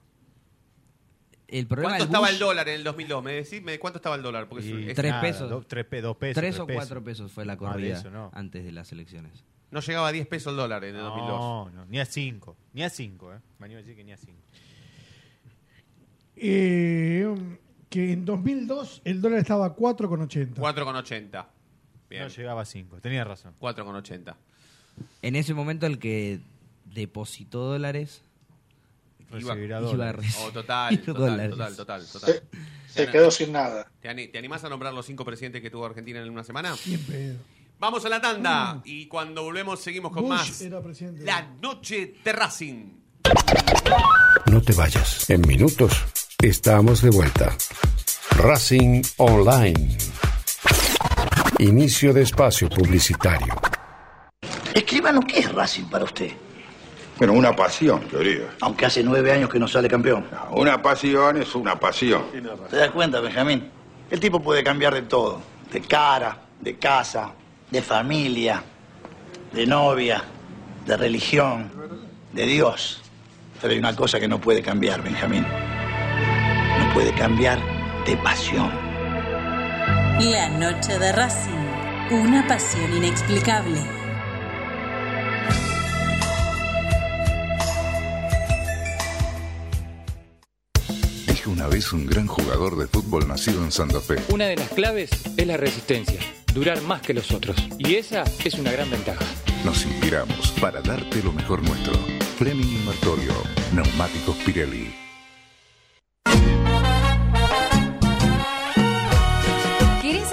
D: El problema
C: ¿Cuánto
D: del
C: estaba
D: Bush,
C: el dólar en el 2002? Me decís, me- ¿cuánto estaba el dólar? Porque
E: Y
C: es-
D: Tres
E: nada,
D: pesos.
E: do- tres pe- dos pesos.
D: Tres o cuatro pesos
C: Ah,
D: fue la
E: Más de
D: corrida
E: eso, no.
D: antes de las elecciones.
C: no llegaba a 10 pesos el dólar en el 2002.
E: No, no, ni a cinco. Ni a cinco, ¿eh? Me animo a decir que ni a cinco.
F: Eh, que en 2002 el dólar estaba a 4,80.
C: 4,80. Bien,
E: No llegaba a cinco. Tenías razón.
C: 4,80.
D: En ese momento el que depositó dólares
E: Recibirá
D: iba a
E: dólares.
D: recibir
C: Oh, total, total,
D: dólares.
C: total, total,
G: se,
C: total.
G: se quedó sin nada.
C: ¿Te ani- ¿Te animás a nombrar los cinco presidentes que tuvo Argentina en una semana?
F: Ni en pedo. Mm.
C: Vamos a la tanda y cuando volvemos seguimos con
F: Bush
C: más.
F: era presidente.
C: La noche de Racing.
I: No te vayas. En minutos estamos de vuelta. Racing Online. Inicio de espacio publicitario.
K: Escribano, ¿qué es Racing para usted?
L: Bueno, una pasión, querido.
K: Aunque hace nueve años que no sale campeón.
L: Una pasión es una pasión.
K: ¿Te das cuenta, Benjamín? El tipo puede cambiar de todo. De cara, de casa, de familia, de novia, de religión, de Dios. Pero hay una cosa que no puede cambiar, Benjamín. No puede cambiar de pasión.
M: La noche de Racing. Una pasión inexplicable.
N: Dijo una vez un gran jugador de fútbol nacido en Santa Fe.
O: Una de las claves es la resistencia, durar más que los otros. Y esa es una gran ventaja.
N: Nos inspiramos para darte lo mejor nuestro. Fleming y Martorio, Neumáticos Pirelli.
P: ¿Querés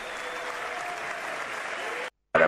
L: Para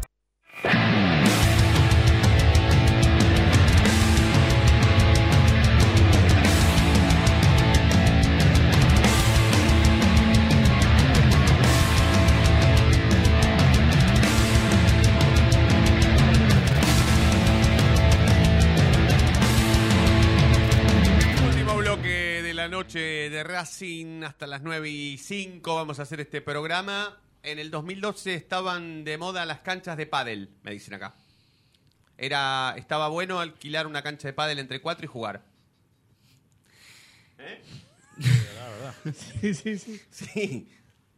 C: Último bloque de la noche de Racing hasta las 9 y 5 vamos a hacer este programa. En el 2012 estaban de moda las canchas de pádel, me dicen acá. Era estaba bueno alquilar una cancha de pádel entre cuatro y jugar.
F: Sí, sí, sí.
C: Sí.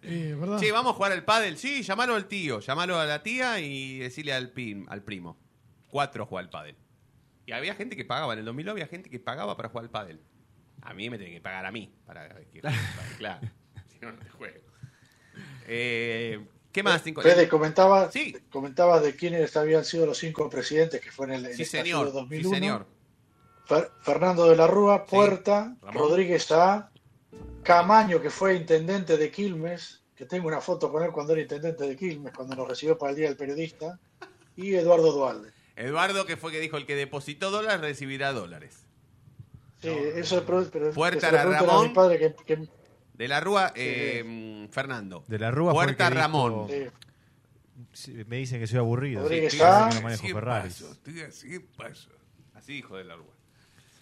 F: Eh,
E: Ah.
F: ¿verdad?
C: Che, vamos a jugar al pádel. Sí, llamalo al tío, llamalo a la tía y decirle al pin, al primo. Cuatro juega al pádel. Y había gente que pagaba, en el 2000 había gente que pagaba para jugar al pádel. A mí me tienen que pagar a mí para que juegue al pádel, claro. Si no, no te juego. Eh, ¿Qué más? Cinco-
G: Fede, comentabas, comentabas de quiénes habían sido los cinco presidentes que fue en el, en
C: Sí,
G: el partido
C: señor. Sí,
G: 2001.
C: señor.
G: Fer- Fernando de la Rúa, Puerta, Rodríguez A, Camaño, que fue intendente de Quilmes, que tengo una foto con él cuando era intendente de Quilmes, cuando nos recibió para el Día del Periodista, y Eduardo Dualde.
C: Eduardo, que fue que dijo, el que depositó dólares recibirá dólares.
G: Sí, eso es pro- pero
C: Puerta
G: se lo
C: era
G: preguntan a
C: Ramón.
G: mi padre que- que-
C: De la Rúa, eh, Fernando.
E: De la Rúa fue el
C: Puerta
E: que
C: Ramón.
E: dijo- Sí, Me dicen que soy aburrido.
C: Rodríguez
E: Sí, será
G: ah.
C: A.
E: que no manejo
C: Sí,
E: Ferrari.
C: paso.
E: Será
C: Así dijo de la Rúa.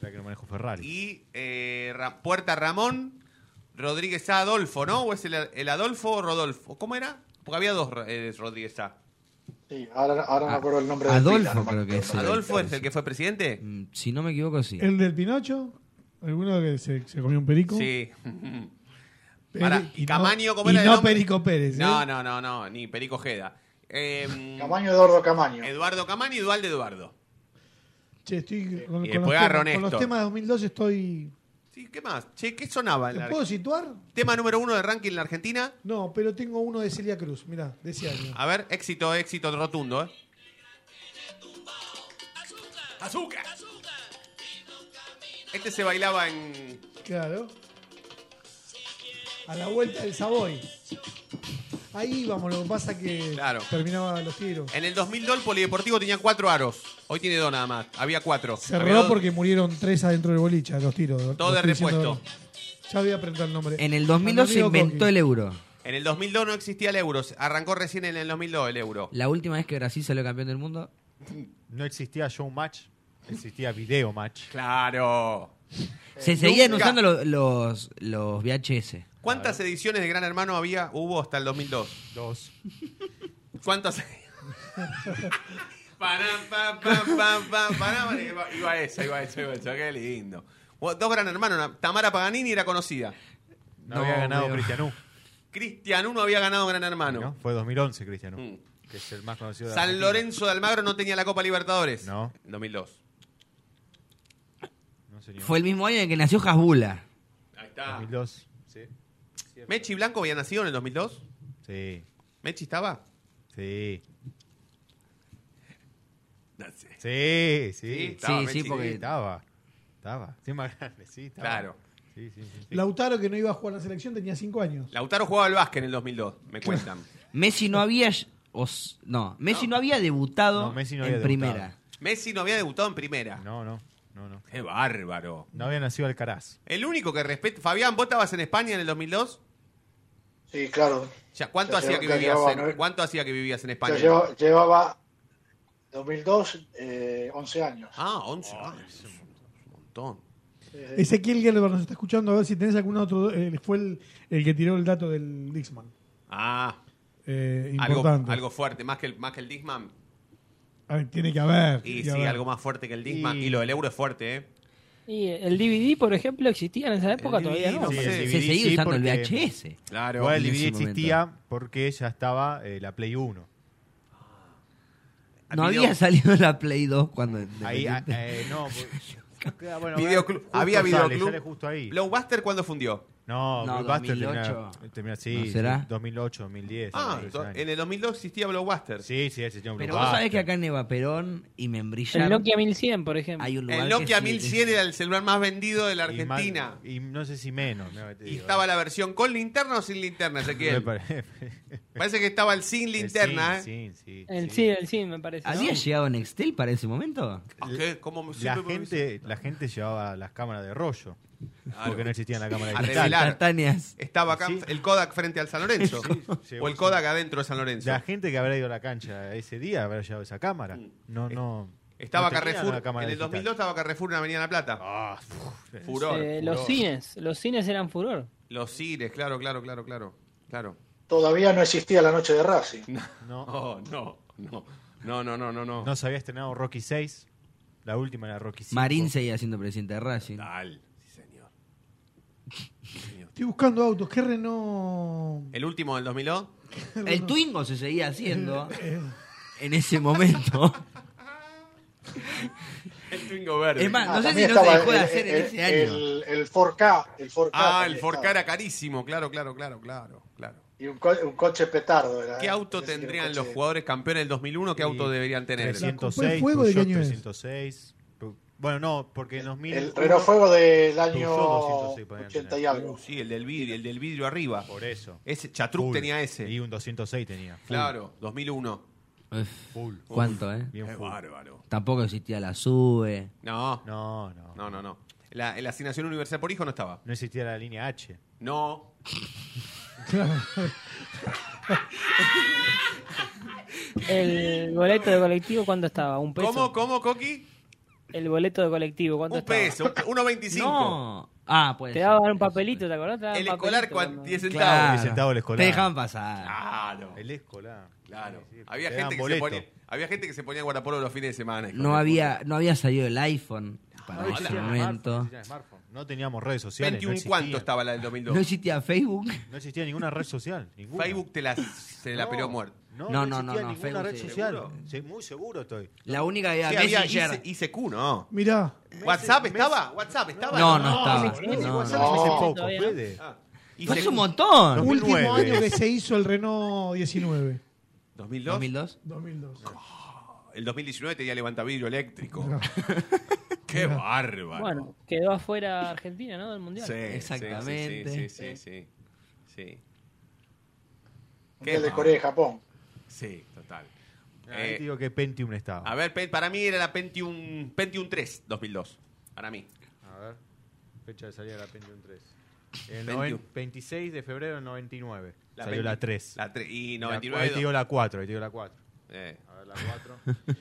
E: que no manejo Ferrari.
C: Y eh, Ra- Puerta Ramón, Rodríguez A. Adolfo, ¿no? ¿O es el, el Adolfo o Rodolfo? ¿Cómo era? Porque había dos eh, Rodríguez A.
G: sí, ahora, ahora no me acuerdo el nombre de
D: Ah, Adolfo creo que es. el-
C: ¿Adolfo es el que fue presidente?
D: Mm, Si no me equivoco, sí.
F: ¿El del Pinocho? ¿Alguno que se, se comió un perico?
C: Sí.
F: Peri-
C: Pará, ¿Y
F: y no-
C: Camaño cómo
F: y
C: era el
F: no
C: nombre?
F: Perico Pérez, ¿eh?
C: No, no, no, no, ni Perico Jeda.
G: Camaño Eduardo Camaño.
C: Eduardo Camaño y Dualde Eduardo.
F: Che, estoy con,
C: Y
F: con los
C: después
F: temas,
C: agarró
F: con los
C: Néstor.
F: temas de 2012 estoy...
C: ¿Y qué más? Che, ¿qué sonaba? en
F: ¿Te
C: la-
F: puedo situar?
C: Tema número uno de ranking en la Argentina.
F: No, pero tengo uno de Celia Cruz, mirá, de ese año.
C: A ver, éxito, éxito rotundo, ¿eh? ¡Azúcar! Este se bailaba en...
F: Claro. A la vuelta del Savoy. Ahí vamos, lo que pasa que
C: Claro.
F: terminaba los tiros.
C: En el 2002 el Polideportivo tenía cuatro aros. Hoy tiene dos nada más. Había cuatro.
F: Se
C: Había
F: rodó
C: dos-
F: porque murieron tres adentro del boliche, a los tiros.
C: Todo
F: Lo
C: de
F: estoy diciendo-
C: repuesto.
F: Ya voy a aprender el nombre.
D: En el 2002 se
F: Cuando amigo
D: inventó
F: Coqui.
D: el euro.
C: En el 2002 no existía el euro. Arrancó recién en el 2002 el euro.
D: La última vez que Brasil salió campeón del mundo.
E: No existía Showmatch, existía Video Match.
C: Claro.
D: Se
E: Eh,
D: seguían
E: nunca.
D: usando lo- los, los VHS.
C: ¿Cuántas ediciones de Gran Hermano había hubo hasta el 2002?
E: Dos.
C: ¿Cuántas? Pará, pa, pa, pa, pa, pará, pará, iba- Iba esa, iba esa, iba esa. Qué lindo. Bueno, Dos Gran Hermanos. una- Tamara Paganini era conocida.
E: No, había ganado Cristian U.
C: Cristian Ah, no había ganado Gran Hermano.
E: ¿no? Fue 2011 Cristian U, que es el más conocido de
C: San
E: Argentina.
C: Lorenzo de Almagro no tenía la Copa Libertadores.
E: No.
C: 2002.
E: No, señor.
D: Fue el mismo año en que nació Hasbula.
C: Ahí está.
E: 2002. Sí.
C: ¿Mechi Blanco había nacido en el 2002?
E: Sí.
C: ¿Mechi estaba?
E: Sí.
C: No sé.
E: Sí, sí.
C: Sí, estaba Sí, sí, Messi. porque-
E: estaba. Estaba. Sí, más grande, sí, estaba.
C: Claro.
F: Lautaro, que no iba a jugar a la selección, tenía 5 años.
C: Lautaro jugaba al básquet en el 2002, me cuentan.
D: Messi no había. os- no, Messi no, había debutado
C: No, Messi no
D: en
C: había
D: primera.
C: Messi no había debutado en primera. No,
E: no, no, no.
C: Qué bárbaro.
E: No había nacido Alcaraz.
C: El único que respeta. Fabián, ¿vos estabas en España en el 2002?
G: Sí, claro.
C: Ya, ¿cuánto,
G: Ya
C: hacía
G: lleva-
C: que
G: ya
C: vivías
G: llevaba
C: en,
G: nueve-
C: ¿Cuánto hacía que vivías en
G: Yo
C: España?
G: lleva- llevaba 2002, eh, 11 años.
C: Ah, 11 años. Un montón.
G: Eh,
F: Ezequiel Gelber nos está escuchando a ver si tenés algún otro. eh, fue el, el que tiró el dato del Dixman.
C: Ah,
F: Eh,
C: algo,
F: importante.
C: algo fuerte, más que el, más que el Disman.
F: A ver, tiene que haber.
C: Y
F: tiene
C: sí,
F: que haber.
C: algo más fuerte que el Disman. Y... lo del euro es fuerte, ¿eh?
J: Y el DVD, por ejemplo, existía en esa época todavía, ¿no?
E: Sí, el
J: Parece.
E: DVD sí, porque-
C: Claro.
E: Igual el
C: en ese
E: DVD existía porque ya estaba eh, la Play 1.
C: Ah.
D: No
E: Video-
D: había salido la Play 2 cuando.
E: Ahí, ah,
D: Independiente-
E: eh, no. porque- Ah, bueno,
C: Videoclub.
E: justo
C: Había
E: sale,
C: videoclub.
E: sale justo ahí.
C: ¿Blockbuster cuándo fundió?
E: No,
C: No,
E: Blockbuster
C: 2008.
E: termina- termina sí,
D: ¿No será?
E: 2008, 2010.
C: Ah,
E: hace
C: to-
E: años.
C: en el 2002 existía Blockbuster.
E: Sí, sí, existía
D: Pero vos sabés que acá en Eva Perón y Membrilla.
J: El Nokia 1100, por ejemplo.
D: Hay un lugar
C: El Nokia 1100 era el celular más vendido de la Argentina.
E: Y, no sé si menos. mirá que te
C: Y
E: digo.
C: estaba la versión con linterna o sin linterna,
E: Me
C: Ezequiel.
E: parece-
C: Parece que estaba el sin linterna,
E: sin,
C: ¿eh?
E: sí,
J: El sí, el sí, me parece. ¿no?
D: ¿Había llegado Nextel para ese momento?
C: Ah, ¿qué? ¿Cómo me-
E: La
C: siempre me-
E: gente, la gente llevaba las cámaras de rollo.
C: Claro.
E: Porque no existían la cámara de
C: A
E: cristal.
C: revelar.
E: Este,
C: Estaba acá el Kodak frente al San Lorenzo.
E: sí,
C: o el
E: sí.
C: Kodak adentro de San Lorenzo.
E: La gente que habrá ido a la cancha ese día habrá llevado esa cámara.
C: Mm.
E: No, no. no
C: Estaba
E: tenían
C: Carrefour.
E: una cámara
C: En el
E: digital. Ah,
C: 2002 estaba Carrefour en Avenida La Plata. furor.
J: Eh, los
C: furor.
J: cines, los cines eran furor.
C: Los cines, claro, claro, claro, claro. Claro.
G: Todavía no existía la noche de Racing.
E: No.
C: Oh, no, no. No, no, no, no, no.
E: No se había estrenado Rocky 6. La última era Rocky 5.
D: Marín seguía siendo presidente de Racing.
F: Estoy buscando autos. ¿Qué Renault?
C: El último del 2002.
D: El Twingo se seguía haciendo
E: Eh,
D: en ese momento.
C: El Twingo verde.
D: Es más,
G: Ah,
D: no sé si
G: también
D: no se
G: estaba
D: dejó de
G: el-
D: hacer en
G: el-
D: ese año.
G: El, el 4K, el 4K.
C: Ah, el
G: también
C: Forca
G: estaba.
C: era carísimo, claro, claro, claro, claro, claro.
G: Y un, co- un coche petardo. era,
C: ¿Qué
G: ¿eh?
C: auto
G: Es decir, un
C: tendrían
G: coche-
C: los jugadores campeones del 2001? ¿Qué auto deberían tener?
E: 306,
F: fuego de
E: Peugeot
F: qué año es?
E: 306. Peu- Bueno, no, porque en 2000.
G: El Renault Fuego del año
E: Peugeot 206 podían
G: 80
E: tener.
G: y algo.
C: Uh, Sí, el del vidrio, el del vidrio arriba.
E: Por eso.
C: Ese Chatruc
E: Full.
C: tenía ese.
E: Y un 206 tenía. Full.
C: Claro, 2001.
E: Full.
D: ¿Cuánto, eh?
E: Bien
C: Qué
E: full.
C: bárbaro.
D: Tampoco existía la SUBE.
C: No.
E: No, no.
C: No, no, no. La, la asignación universal por hijo no estaba.
E: No existía la línea H.
C: No.
J: El boleto de colectivo, ¿cuánto estaba? ¿Un peso?
C: ¿Cómo, cómo, Coqui?
J: El boleto de colectivo, ¿cuánto
C: Un
J: estaba?
C: peso, un- 1.25.
D: No. Ah, pues.
J: Te daban un papelito, ¿te acordás? Te daban
C: El
J: un
C: escolar,
J: papelito cuando-
C: 10 centavos.
D: Claro.
E: El centavo del escolar.
D: Te dejaban pasar.
C: Claro.
E: El escolar.
C: Claro.
E: Sí, sí,
C: Había
E: te
C: gente,
E: daban
C: que se
E: boleto.
C: ponía, había gente que se ponía guardapolo los fines de semana. hijo
D: No
C: de
D: había, no había salido el iPhone para
E: No
D: ese
E: existía
D: momento.
E: smartphone, smartphone. No teníamos redes sociales.
C: 21
E: no existía.
C: cuánto estaba la del 2002.
D: No existía Facebook.
E: No existía ninguna red social. ninguna.
C: Facebook te la, se la
E: No,
C: peleó muerto.
E: No,
D: No,
E: no,
D: no,
E: no,
D: no,
E: existía
D: no,
E: ninguna
D: Facebook
E: red
D: sí.
E: social.
D: ¿Seguro?
E: Sí, muy seguro estoy.
D: La única que
C: Sí,
D: había
C: había
D: Messenger.
C: IC ICQ, ¿no?
F: Mirá.
C: ¿WhatsApp estaba? ¿WhatsApp estaba?
D: No, no estaba.
E: Ese
D: No,
E: WhatsApp
D: no.
E: es hace poco,
J: todavía no.
E: Fede.
C: Ah. Y
D: No, es
C: se-
D: un montón.
E: 2009.
F: Último año que se hizo el Renault 19.
C: 2002.
D: 2002.
F: 2002.
C: Ah, El 2019 tenía levantavidrio eléctrico. Qué bárbaro.
J: Bueno, quedó afuera Argentina, ¿no? Del
C: Sí,
J: Mundial.
C: sí,
D: Exactamente.
C: Sí, sí, sí, sí. Sí, Qué
G: El de
C: bárbaro.
G: Corea y Japón.
C: Sí, total.
E: Ahí
C: Eh,
E: te digo que Pentium estaba.
C: a ver, Pe- para mí era la Pentium, Pentium 3 2002. Para mí.
E: A ver, fecha de salida de la Pentium 3. El
C: Pentium.
E: noven- 26 de febrero del 99.
C: La
E: Salió
C: Pentium.
E: la 3.
C: La 3. Y
E: La-
C: 99.
E: Ahí te digo la 4, ahí te digo la 4.
C: Eh,
E: A ver, la 4.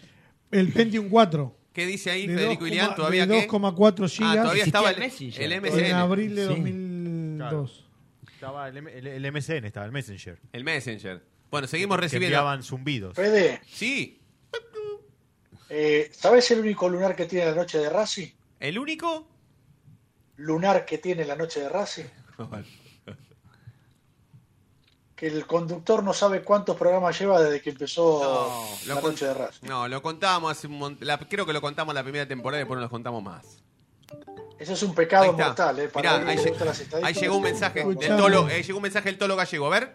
F: El Pentium 4.
C: ¿Qué dice ahí
F: de
C: Federico
F: 2,4
C: Ilián? ¿Todavía
F: de
C: qué?
F: 2,4
C: Ah,
F: gigas.
C: todavía estaba el,
D: Existía
C: el
D: el
C: MSN.
F: En abril de
D: Sí.
F: 2002.
E: estaba el, M- el- el MSN, estaba el Messenger.
C: El Messenger. Bueno, seguimos
E: Que
C: recibiendo.
E: enviaban zumbidos.
G: Fede,
C: Sí,
G: eh, ¿sabes el único lunar que tiene la noche de Racing?
C: el único.
G: Lunar que tiene la noche de Racing. Que el conductor no sabe cuántos programas lleva desde que empezó
C: No,
G: la
C: lo con-
G: noche de Racing.
C: No, lo contábamos hace un mon- la- Creo que lo contamos la primera temporada y después no los contamos más.
G: Eso es un
C: Ahí
G: pecado
C: está.
G: mortal, ¿eh? Para
C: Mirá,
G: alguien
C: ahí,
G: que le
C: lle-
G: gustan las
C: ahí
G: estadísticas.
C: llegó un mensaje del
F: Escuchame.
C: tolo, eh, llegó un mensaje del tolo gallego. A ver,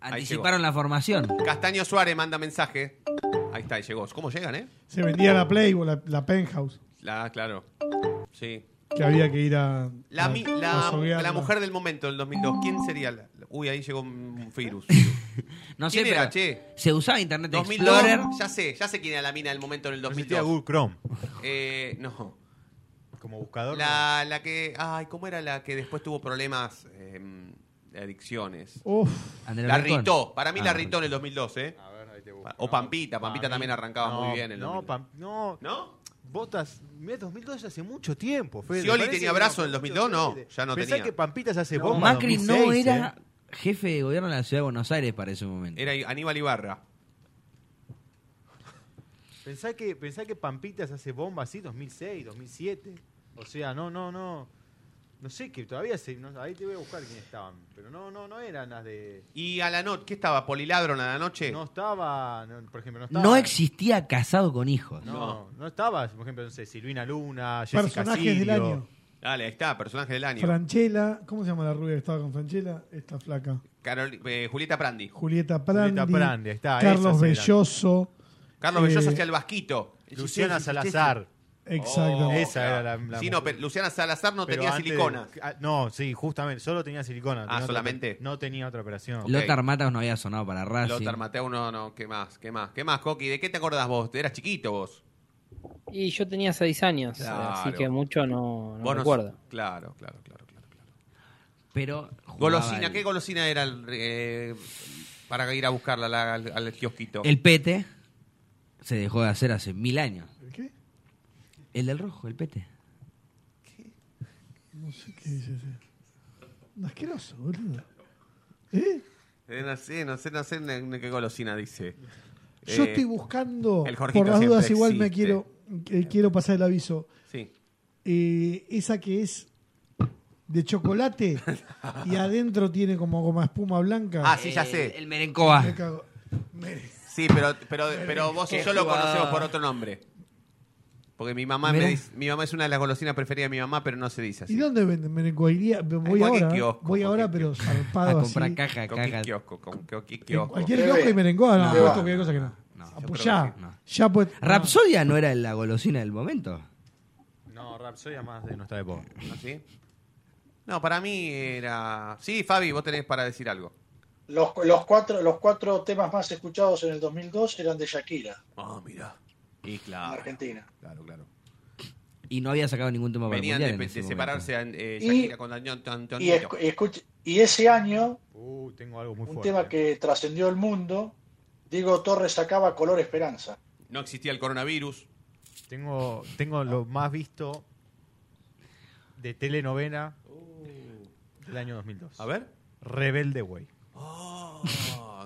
D: Anticiparon la formación.
C: Castaño Suárez manda mensaje. Ahí está, ahí llegó. ¿Cómo llegan, eh?
F: Se vendía la Playboy, la, la Penthouse.
C: La, claro. Sí.
F: que había que ir a.
C: La,
F: a-
C: mi-
F: a
C: la-
F: soguearla.
C: la mujer del momento del 2002, ¿quién sería? la- uy, ahí llegó un virus.
D: No sé,
C: ¿Quién
D: pero
C: era, che?
D: se usaba Internet
C: 2002,
D: Explorer.
C: ya sé, ya sé quién era la mina del momento en el
E: Existía
C: 2002.
E: Google Chrome.
C: Eh, no.
E: Como buscador.
C: La, la que. Ay, ¿cómo era la que después tuvo problemas eh, de adicciones?
F: Uf.
D: Andrea
C: La
D: Alarcón.
C: Ritó. Para mí
D: Ah,
C: la Ritó en el 2002, ¿eh? O Pampita. Pampita
E: Para
C: también
E: mí-
C: arrancaba
E: no,
C: Ah, muy bien. El
E: no,
C: 2002.
E: Pam- no,
C: ¿No?
E: Botas, mira, 2002 ya hace mucho tiempo. Fede,
C: Scioli
E: parece
C: tenía
E: que
C: brazo en el
E: no,
C: 2002, no,
E: Fede.
C: ya no
E: Pensá
C: tenía.
E: que Pampitas hace
D: No,
E: bomba.
D: Macri
E: 2006,
D: no era
E: eh.
D: jefe de gobierno de la ciudad de Buenos Aires para ese momento.
C: Era Aníbal Ibarra.
E: Pensá que, pensá que Pampitas hace bomba así 2006, 2007. O sea, no, no, no. No sé, que todavía se... no- ahí te voy a buscar quién estaban. Pero no, no, no eran las de...
C: ¿Y a la noche? ¿Qué estaba? ¿Poliladron a la noche?
E: No estaba, no, por ejemplo, no estaba...
D: No existía casado con hijos.
E: No, no estaba, por ejemplo, no sé, Silvina Luna, Jessica
F: Personajes del
E: Sirio.
F: año.
C: Dale, ahí está, personaje del año.
F: Franchella, ¿cómo se llama la rubia que estaba con Franchella? Esta flaca.
C: Carol- eh, Julieta Prandi.
F: Julieta Prandi.
E: Julieta Prandi, ahí está,
F: Carlos
E: esas eran.
F: Belloso.
C: Carlos Belloso
F: eh,
C: hacía el vasquito.
E: Luciana Salazar. Oh,
F: Exacto.
E: Esa era la, la
C: Sí, no,
E: mujer.
C: pero Luciana Salazar no
E: Pero
C: tenía
E: antes-
C: silicona.
E: ah, no, sí, justamente, solo tenía silicona.
C: Ah,
E: tenía otra-
C: solamente.
E: no tenía otra operación.
C: Ok.
D: Lothar Matas no había sonado para Racing.
C: Lothar Mateo, no, no, ¿qué más? ¿Qué más? ¿Qué más, Coqui? ¿De qué te acordás vos? Eras chiquito vos.
J: Y yo tenía seis años,
C: Claro.
J: así que mucho no, no
C: Vos no-
J: recuerdo.
C: Claro, claro, claro. claro.
D: Pero jugaba
C: Golosina,
D: el-
C: ¿qué golosina era el, eh, para ir a buscarla la- al, al kiosquito?
D: El pete se dejó de hacer hace mil años.
F: ¿El qué?
D: El del rojo, el pete.
F: No sé qué dice ese. Un Asqueroso, boludo. ¿Eh?
C: Eh, no sé, no sé, no sé en- en qué golosina dice.
F: Yo
C: Eh,
F: estoy buscando.
C: el Jorgito
F: Por las dudas,
C: siempre
F: igual me
C: existe.
F: quiero, eh, quiero pasar el aviso.
C: Sí.
F: Eh, esa que es de chocolate y adentro tiene como goma espuma blanca.
C: Ah, sí, ya sé.
D: El merencoa.
F: Me cago. Me-
C: Sí, pero, pero, pero vos y
D: Qué
C: yo lo
D: jugador.
C: conocemos por otro nombre. Porque mi mamá me
D: Mirá.
C: dice- mi mamá es una de las golosinas preferidas de mi mamá, pero no se dice
F: ¿Y
C: así.
F: dónde venden? Merencoa? Iría- Voy
C: cualquier
F: ahora.
C: kiosco,
F: voy ahora,
C: cualquier
F: pero
D: A
F: zarpado
D: Ah, comprar
F: así.
D: caja,
C: Coqui
D: caja.
C: kiosco, con coqui
F: En
C: kiosco.
F: cualquier kiosco y merencoa, ah, no.
D: No.
F: puesto cualquier cosa que no. Apoyá.
D: no.
F: Ya pues.
D: Rapsodia no era la golosina del momento.
E: No, Rapsodia más de nuestra época.
C: ¿Ah, sí? No, para mí era. Sí, Fabi, vos tenés para decir algo.
G: Los, los, cuatro, los cuatro temas más escuchados en el 2002 eran de Shakira,
C: Ah, mira. Y
G: en
C: claro.
G: Argentina.
C: Claro, claro.
D: Y no había sacado ningún tema para el
C: Venían de,
D: mundial en
C: de
D: ese momento.
C: separarse eh,
G: Y-
C: Shakira con Antonio- Antonio.
G: Y, escu- y escuch- y ese año,
E: Uh, tengo algo muy
G: un
E: fuerte.
G: tema que trascendió el mundo, Diego Torres sacaba Color Esperanza.
C: No existía el coronavirus.
E: Tengo, tengo lo más visto de telenovela del año 2002.
C: Uh. A ver.
E: Rebelde Way.
C: Oh,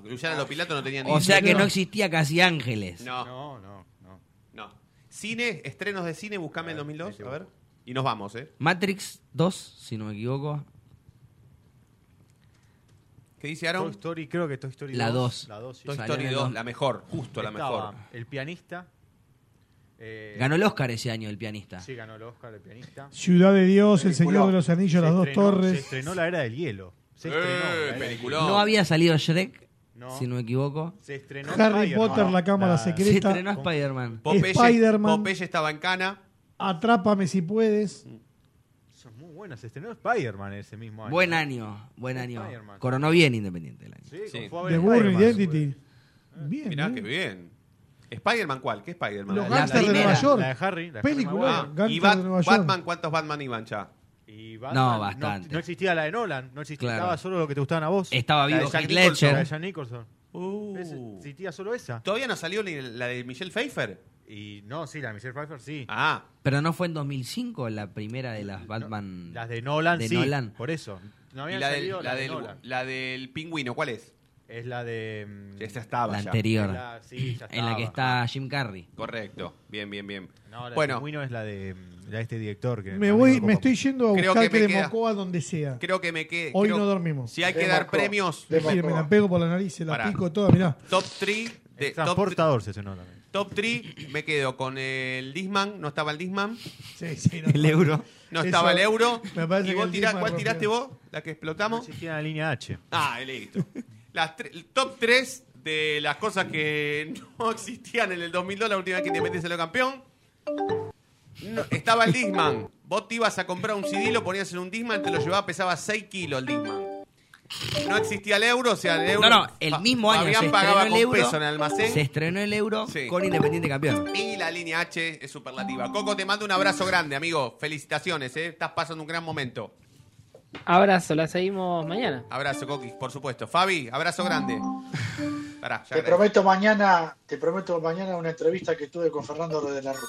C: Luciana Lopilato no tenía ni
D: O sea que no existía casi ángeles.
C: No,
E: No, no, no.
C: no. Cine, estrenos de cine, buscame el 2002. A ver. Y nos vamos, ¿eh?
D: Matrix 2, si no me equivoco.
C: ¿Qué dice
E: Toy
C: Aaron?
E: Story, creo que Toy Story
D: La
E: 2.
D: dos.
E: La 2, sí.
C: Toy
D: Salió
C: Story
D: en el
C: 2,
D: dos.
C: la mejor, justo la
E: Estaba
C: mejor.
E: El pianista. eh,
D: Ganó el Oscar ese año el pianista.
E: Sí, ganó el Oscar, el pianista.
F: Ciudad de Dios, El
G: Peliculón.
F: Señor de los Anillos,
E: Se
F: Las Dos
E: estrenó-
F: Torres.
E: Se estrenó la era del hielo. Se
C: Eh,
E: estrenó. la era del
C: peliculón.
E: hielo.
D: No había salido Shrek,
E: No.
D: si no me equivoco.
E: Se estrenó
F: Harry
E: Spider-Man.
F: Potter, la cámara
D: Se
F: secreta.
D: estrenó Spider-Man.
C: Popeye,
F: Spider-Man.
C: Popeye estaba en cana.
F: Atrápame si puedes.
E: Son muy buenas. Se estrenó Spider-Man ese mismo año.
D: Buen año, buen año.
E: Spider-Man.
D: Coronó bien Independiente el año.
E: Sí,
C: Sí.
E: fue a ver ¿eh?
F: The Burn
E: Spider-Man.
F: Identity. Bien.
C: Mirá
F: ¿no?
C: qué bien. ¿Spider-man cuál? ¿Qué Spider-Man?
F: Los
C: La- la-
F: Gangsters de
D: primera.
F: Nueva York.
E: La de Harry. La de
F: Película.
E: Harry
C: Ah,
E: Maguire.
F: Gangsters
C: y
F: de
C: Bat-
F: Nueva York.
C: Batman, ¿cuántos Batman iban ya?
E: Y Batman,
D: No, bastante.
E: No, existía la de Nolan. No existía
D: Claro.
E: solo lo que te gustaban a vos.
D: Estaba
C: La de
D: vivo
C: Jack
D: Heath
C: Nicholson.
E: La de
D: Ledger.
E: Jack Nicholson. Ese- Existía solo esa.
C: Uh. ¿Todavía no salió ni la de Michelle Pfeiffer?
E: Y no, sí, la de Michelle Pfeiffer sí.
C: Ah,
D: Pero no fue en 2005 la primera de las Batman.
E: Las de Nolan
D: de
E: sí.
D: Nolan.
E: Por eso. No
C: y
E: había
C: la del,
E: salido
C: la
E: la, de
C: del-
E: Nolan.
C: la del pingüino, ¿cuál es?
E: Es la de. mm,
C: Esa estaba
D: La
C: ya.
D: anterior.
E: es la- sí, ya
D: en la que
E: estaba.
D: está Jim Carrey.
C: Correcto, bien, bien, bien.
E: No, la de
C: bueno,
E: Pingüino es la de, mm, la de este director. Que
F: Me,
E: a mí
F: voy,
E: copa
F: me
E: mucho.
F: estoy yendo a
C: Creo
F: buscar
C: que
F: que,
C: me
F: de
C: queda-
F: Mocoa donde sea.
C: creo que me quede.
F: Hoy
C: creo-
F: no dormimos.
C: Si hay que
G: Le
C: dar
G: marcó.
C: premios,
G: Le
F: Sí, me
G: marcó.
F: la pego por la nariz, se la
C: Pará.
F: pico toda, mirá.
C: top 3 de
E: El
C: top,
E: transportador se estrenó también.
C: top 3 me quedo con el Disman, no estaba el Disman,
F: Sí, sí, no.
D: El euro.
C: no
F: Eso-
C: estaba el euro.
F: me parece
C: ¿Y
F: que
C: vos
F: el
C: tirás,
F: Disman
C: cuál
F: rompió.
C: tiraste vos? ¿La que
E: No
C: explotamos?
E: existía la línea H.
C: Ah, listo. Las tre- el top 3 de las cosas que no existían en el 2002, la última vez que Independiente salió campeón. No, estaba el Disman. Vos te ibas a comprar un CD, lo ponías en un Disman, te lo llevabas, pesaba 6 kilos el Disman. No existía el euro, o sea, el euro.
D: No, no, el mismo año se
C: Habían
D: estrenó
C: pagaba
D: el
C: con
D: euro.
C: peso en el almacén.
D: Se estrenó el euro con Independiente Campeón.
C: Y la línea H es superlativa. Coco, te mando un abrazo grande, amigo. Felicitaciones, ¿eh? estás pasando un gran momento.
J: Abrazo, la seguimos mañana.
C: Abrazo, Coqui, por supuesto. Fabi, abrazo grande. Pará, ya
G: Te
C: agradezco.
G: prometo mañana, te prometo mañana una entrevista que tuve con Fernando de la Rúa.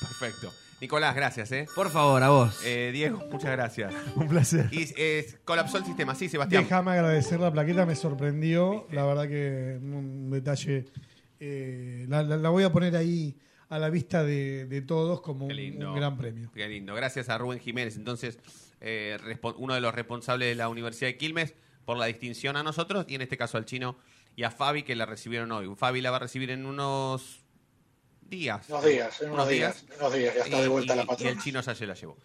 C: Perfecto. Nicolás, gracias, ¿eh?
D: Por favor, a vos.
C: Eh, Diego, muchas gracias.
F: Un placer.
C: Y eh, colapsó el sistema, sí, Sebastián.
F: Déjame agradecer la plaqueta, me sorprendió. La verdad que un detalle. eh, la, la- la voy a poner ahí a la vista de, de todos como un, un gran premio.
C: Qué lindo. Gracias a Rubén Jiménez, entonces, eh, respo- uno de los responsables de la Universidad de Quilmes, por la distinción a nosotros y en este caso al chino y a Fabi, que la recibieron hoy. Fabi la va a recibir en unos días.
G: Unos días, en unos días, en unos días, ya está
C: Y-
G: de vuelta
C: y-
G: la
C: Y el
G: patrona.
C: chino ya se la llevó.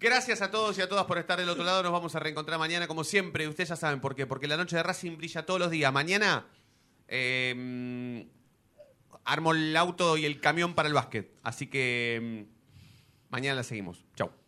C: Gracias a todos y a todas por estar del otro lado. Nos vamos a reencontrar mañana, como siempre. Ustedes ya saben por qué. Porque la noche de Racing brilla todos los días. Mañana eh, armo el auto y el camión para el básquet. Así que mm, em, mañana la seguimos. Chau.